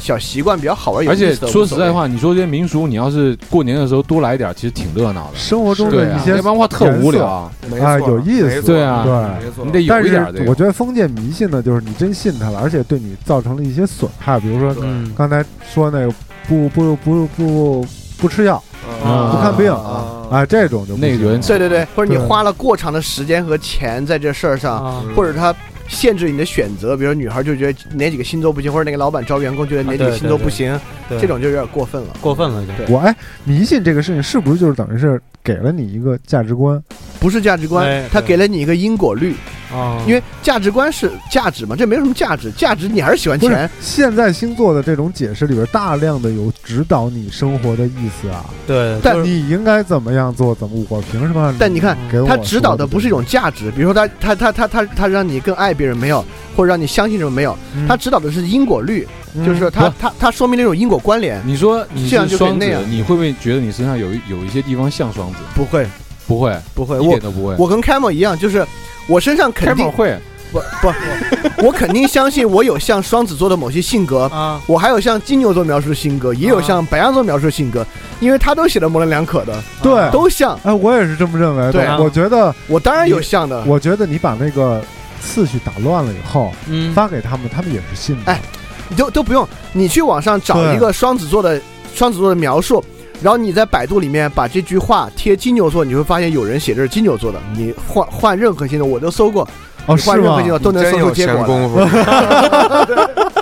F: 小习惯，比较好玩。有
I: 而
F: 意思
I: 且
F: 的
I: 说实在
F: 无所谓，
I: 话，你说这些民俗，你要是过年的时候多来一点，其实挺热闹的。
E: 生活中
I: 对
E: 的
I: 啊
E: 一些
I: 要不然话特
E: 颜色
I: 无聊
G: 没
E: 啊，
G: 错
E: 有意
G: 没
E: 思，
G: 错
I: 对啊
G: 没错
E: 对，
I: 你得有一点这
E: 但
I: 个
E: 是我觉得封建迷信呢，就是你真信它了，而且对你造成了一些损害，比如说刚才说那个不不不不不吃药，
I: 啊
E: 不看病
G: 啊
E: 啊，这种就不
I: 那个
E: 行
I: 有人
F: 对对对，或者你
E: 对
F: 花了过长的时间和钱在这事儿
B: 啊
F: 上，
B: 嗯
F: 或者他。限制你的选择，比如说女孩就觉得哪几个星座不行，或者那个老板招员工觉得哪几
B: 啊
F: 个
B: 对
F: 星座
B: 对
F: 不行，
B: 对
F: 这种就有点过分了。
B: 过分了，就是
E: 我哎，迷信这个事情是不是就是等于是给了你一个价值观？
F: 不是价值观
B: 哎，
F: 他
B: 对
F: 给了你一个因果律，
B: 啊，
F: 因为价值观是价值嘛，这没有什么价值，价值你还是喜欢
E: 不是
F: 钱，，
E: 现在星座的这种解释里边，大量的有指导你生活的意思啊。
B: 对，
F: 但
E: 就是你应该怎么样做，怎么我凭什么让？
F: 但你看
E: 给我
F: 他指导的
E: 说
F: 不是一种价值，比如说他他他他他他让你更爱别人没有，或者让你相信什么没有，他指导的是因果律，就是说他
I: 不
F: 他他说明了一种因果关联，
I: 你说你
F: 这样
I: 是
F: 就可以
I: 双
F: 那
I: 子
F: 样，
I: 你会不会觉得你身上有一有一些地方像双子？
F: 不会
I: 不会，
F: 不会，
I: 一
F: 呃我
I: 点都不会。
F: 我跟 Camel 一样，就是我身上肯
I: 开
F: 定
I: 门会，
F: 不不，我肯定相信我有像双子座的某些性格，
B: 啊
F: 我还有像金牛座描述的性格，也有
B: 啊
F: 像白羊座描述的性格，因为他都写的模棱两可
E: 啊
F: 的，
E: 嗯对，
F: 都像。
E: 哎，我也是这么认为
F: 对啊
E: 的。我觉得，
F: 我当然有像的，
E: 我觉得你把那个次序打乱了以后，
B: 嗯，
E: 发给他们，他们也是信的。
F: 哎你就都不用，你去网上找
E: 对
F: 一个双子座的双子座的描述，然后你在百度里面把这句话贴金牛座，你会发现有人写这是金牛座的，你换换任何星座我都搜过，
E: 哦，
F: 你
E: 是
F: 换任何
E: 吗
F: 星？座都能
G: 真
F: 搜
G: 有
F: 出结
G: 闲
F: 果来。
G: 工夫。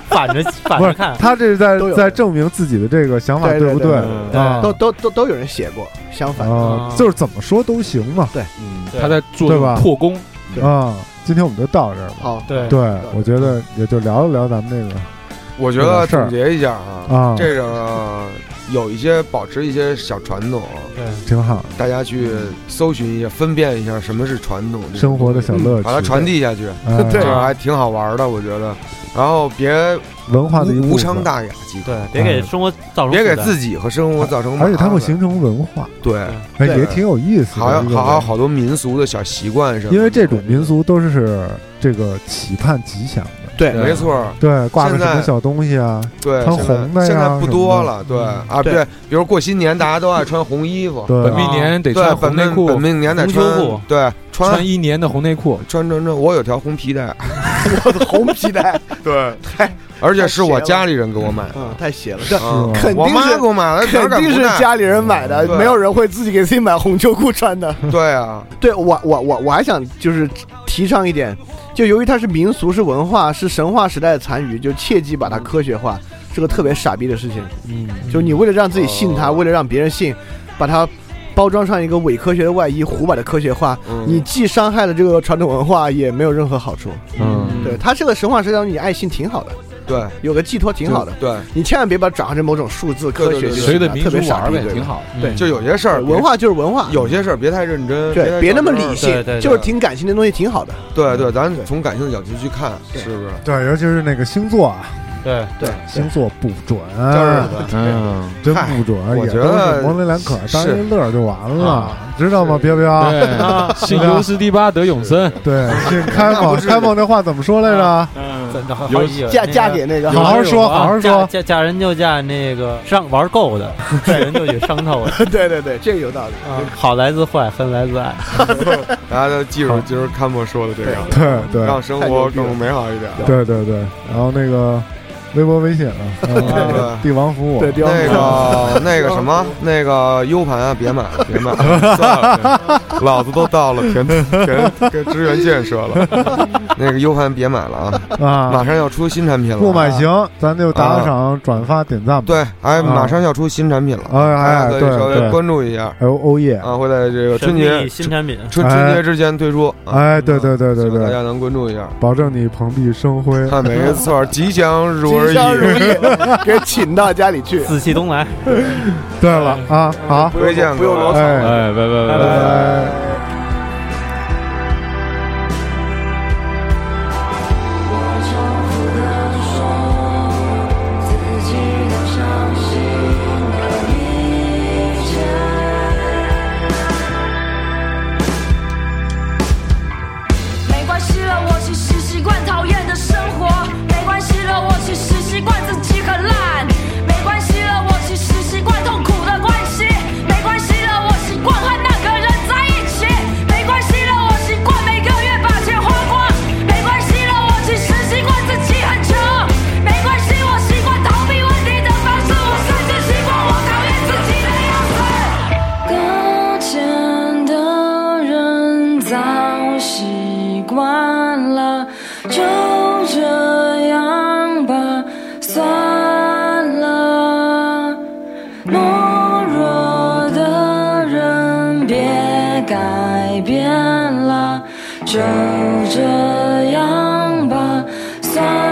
B: 反着反
E: 不
B: 着
E: 是
B: 看，
E: 他这是在
F: 都有
E: 在证明自己的这个想法
F: 对
E: 不
F: 对
E: 对
F: 对
E: 啊？
F: 都都都都有人写过，相反的，
E: 啊
B: 啊，
E: 就是怎么说都行嘛
I: 嗯，
B: 对
I: 他在做
E: 对吧
I: 破功，
F: 对
E: 啊。今天我们就到这儿吧。
F: 好，
B: 对
E: 对，我觉得也就聊一聊咱们这
G: 我觉得总结一下啊，
E: 啊
G: 这个有一些保持一些小传统，
B: 对，
E: 个挺好，
G: 大家去搜寻一下，分辨一下什么是传统，
E: 生活的小乐趣，
G: 把它传递下去，
E: 哎
G: 这个还挺好玩的，我觉得。然后别
E: 文化的一部分
G: 无无伤，大雅，记住，
B: 对，别给生活造成
G: 别给
B: 己
G: 自己和生活造成麻
E: 而且它
G: 烦
E: 会。形成文化，
G: 对，
E: 哎，
F: 对
E: 也挺有意思的。
G: 好像
E: 一个
G: 好好，好多民俗的小习惯什么的，
E: 因为这种民俗都是这个期盼吉祥的，
F: 对
G: 没错，
E: 对，挂个
G: 现
E: 什
G: 在
E: 么小东西啊，
G: 对，
E: 穿
G: 现在
E: 红的呀
G: 现在不多
E: 什么的
G: 了，对啊，
F: 嗯对
G: 对，比如过新年大家都爱穿红衣服，
E: 对
I: 本，命年得
G: 对，
I: 穿
G: 本
I: 红内
G: 命
I: 裤
G: 本，命年得
B: 红秋
G: 穿
B: 裤，
G: 对，穿
I: 穿一年的红内裤。
G: 穿穿穿，我有条红皮带，
F: 我的红皮 带，
G: 对，
F: 太
G: 而且是我家里人给我买的，
F: 太邪了，这
G: 嗯
F: 肯
G: 我
F: 定
G: 妈
F: 是
G: 给我买的，哪
F: 肯
G: 敢不
F: 定是
G: 带
F: 家里人买的，
G: 对
F: 没有人会自己给自己买红秋裤穿的。
G: 对啊，
F: 对我我我我还想就是提倡一点，就由于它是民俗是文化是神话时代的残余，就切记把它科学化，是个特别傻逼的事情。
B: 嗯，
F: 就你为了让自己信它，为了让别人信，把它包装上一个伪科学的外衣，胡把它科学化，
G: 嗯
F: 你既伤害了这个传统文化，也没有任何好处。
G: 嗯
F: 对，它这个神话时代，你爱信挺好的，
G: 对，
F: 有个寄托挺好的。
G: 对，
F: 你千万别把它转化成某种数字科
I: 嗯
F: 学去信它，特别傻逼对吧对，
G: 就有些事儿
F: 文化就是文化，
G: 有些事儿别太认真，太
F: 对，别那么理
G: 较
F: 性
G: 真，
F: 就是挺感性的东西挺好的。
G: 对对，咱从感性的角度去看，是不是？
E: 对，尤其是那个星座啊，
B: 对
F: 对
E: 星座不准
G: 就是对，
E: 嗯，真不准，
G: 我
E: 也
G: 觉
E: 都是
G: 得
E: 模棱两可，当
G: 是啊
E: 一乐就完了，知道吗？彪彪，啊
I: 对，信尤斯蒂巴德永森，
E: 对， 信开放开放这话怎么说来
G: 啊
E: 着？
B: 有
F: 嫁嫁给那个
E: 好好说好好说
B: 嫁嫁人就嫁那个上玩够的，对人就得伤透的。
F: 对对对，这个有道理。
B: 好来自坏，恨来自爱。
G: 大家都记住今儿看博说的这个，
E: 对对
G: 让生活更美好一点。
E: 对对对，然后那个微博微信 啊，嗯帝王服务，
G: 那 个那个什 么，那个 U 盘啊，别买了，别买了，算了，老子都到了田田田支援建设了，那个 U 盘别买了
E: 啊
G: 啊，马上要出新产品了，
E: 不买行，咱就打
G: 啊
E: 个赏、转发、点赞吧。
G: 对，哎，
E: 啊
G: 马上要出新产品了，
E: 哎哎
G: 大家可以
E: 对
G: 稍微
E: 对
G: 关注一下
E: 哎呦欧耶！
G: 啊，会在这个春
B: 神
G: 节
B: 秘新产品
G: 春春节之前推出，啊
E: 哎，对对对对
G: 希望大家
E: 对，
G: 能关注一下。
E: 保证你蓬荜生辉。
G: 啊，没错，吉祥如儿
F: 吉祥如意， 给请到家里去。
B: 紫气东来。
E: 对了啊，好，
G: 推荐
F: 不用
G: 过
F: 啰
E: 哎
F: 嗦。
I: 哎，拜拜拜
E: 拜
I: 拜。
E: 拜。
C: 自己的伤心的一切。没关系了，我其实习惯讨厌的生活；没关系了，我其实习惯自己很烂；没关系了，我其实习惯痛苦的关系；没关系了，我习惯和那个人在一起；没关系了，我习惯每个月把钱花光；没关系了，我其实习惯自己很穷；没关系，我习惯逃避问题的方式；我甚至习惯我讨厌自己的样子。
M: 高见的人早习惯了，就这样吧，算了。懦弱的人别改变了，就这样吧，算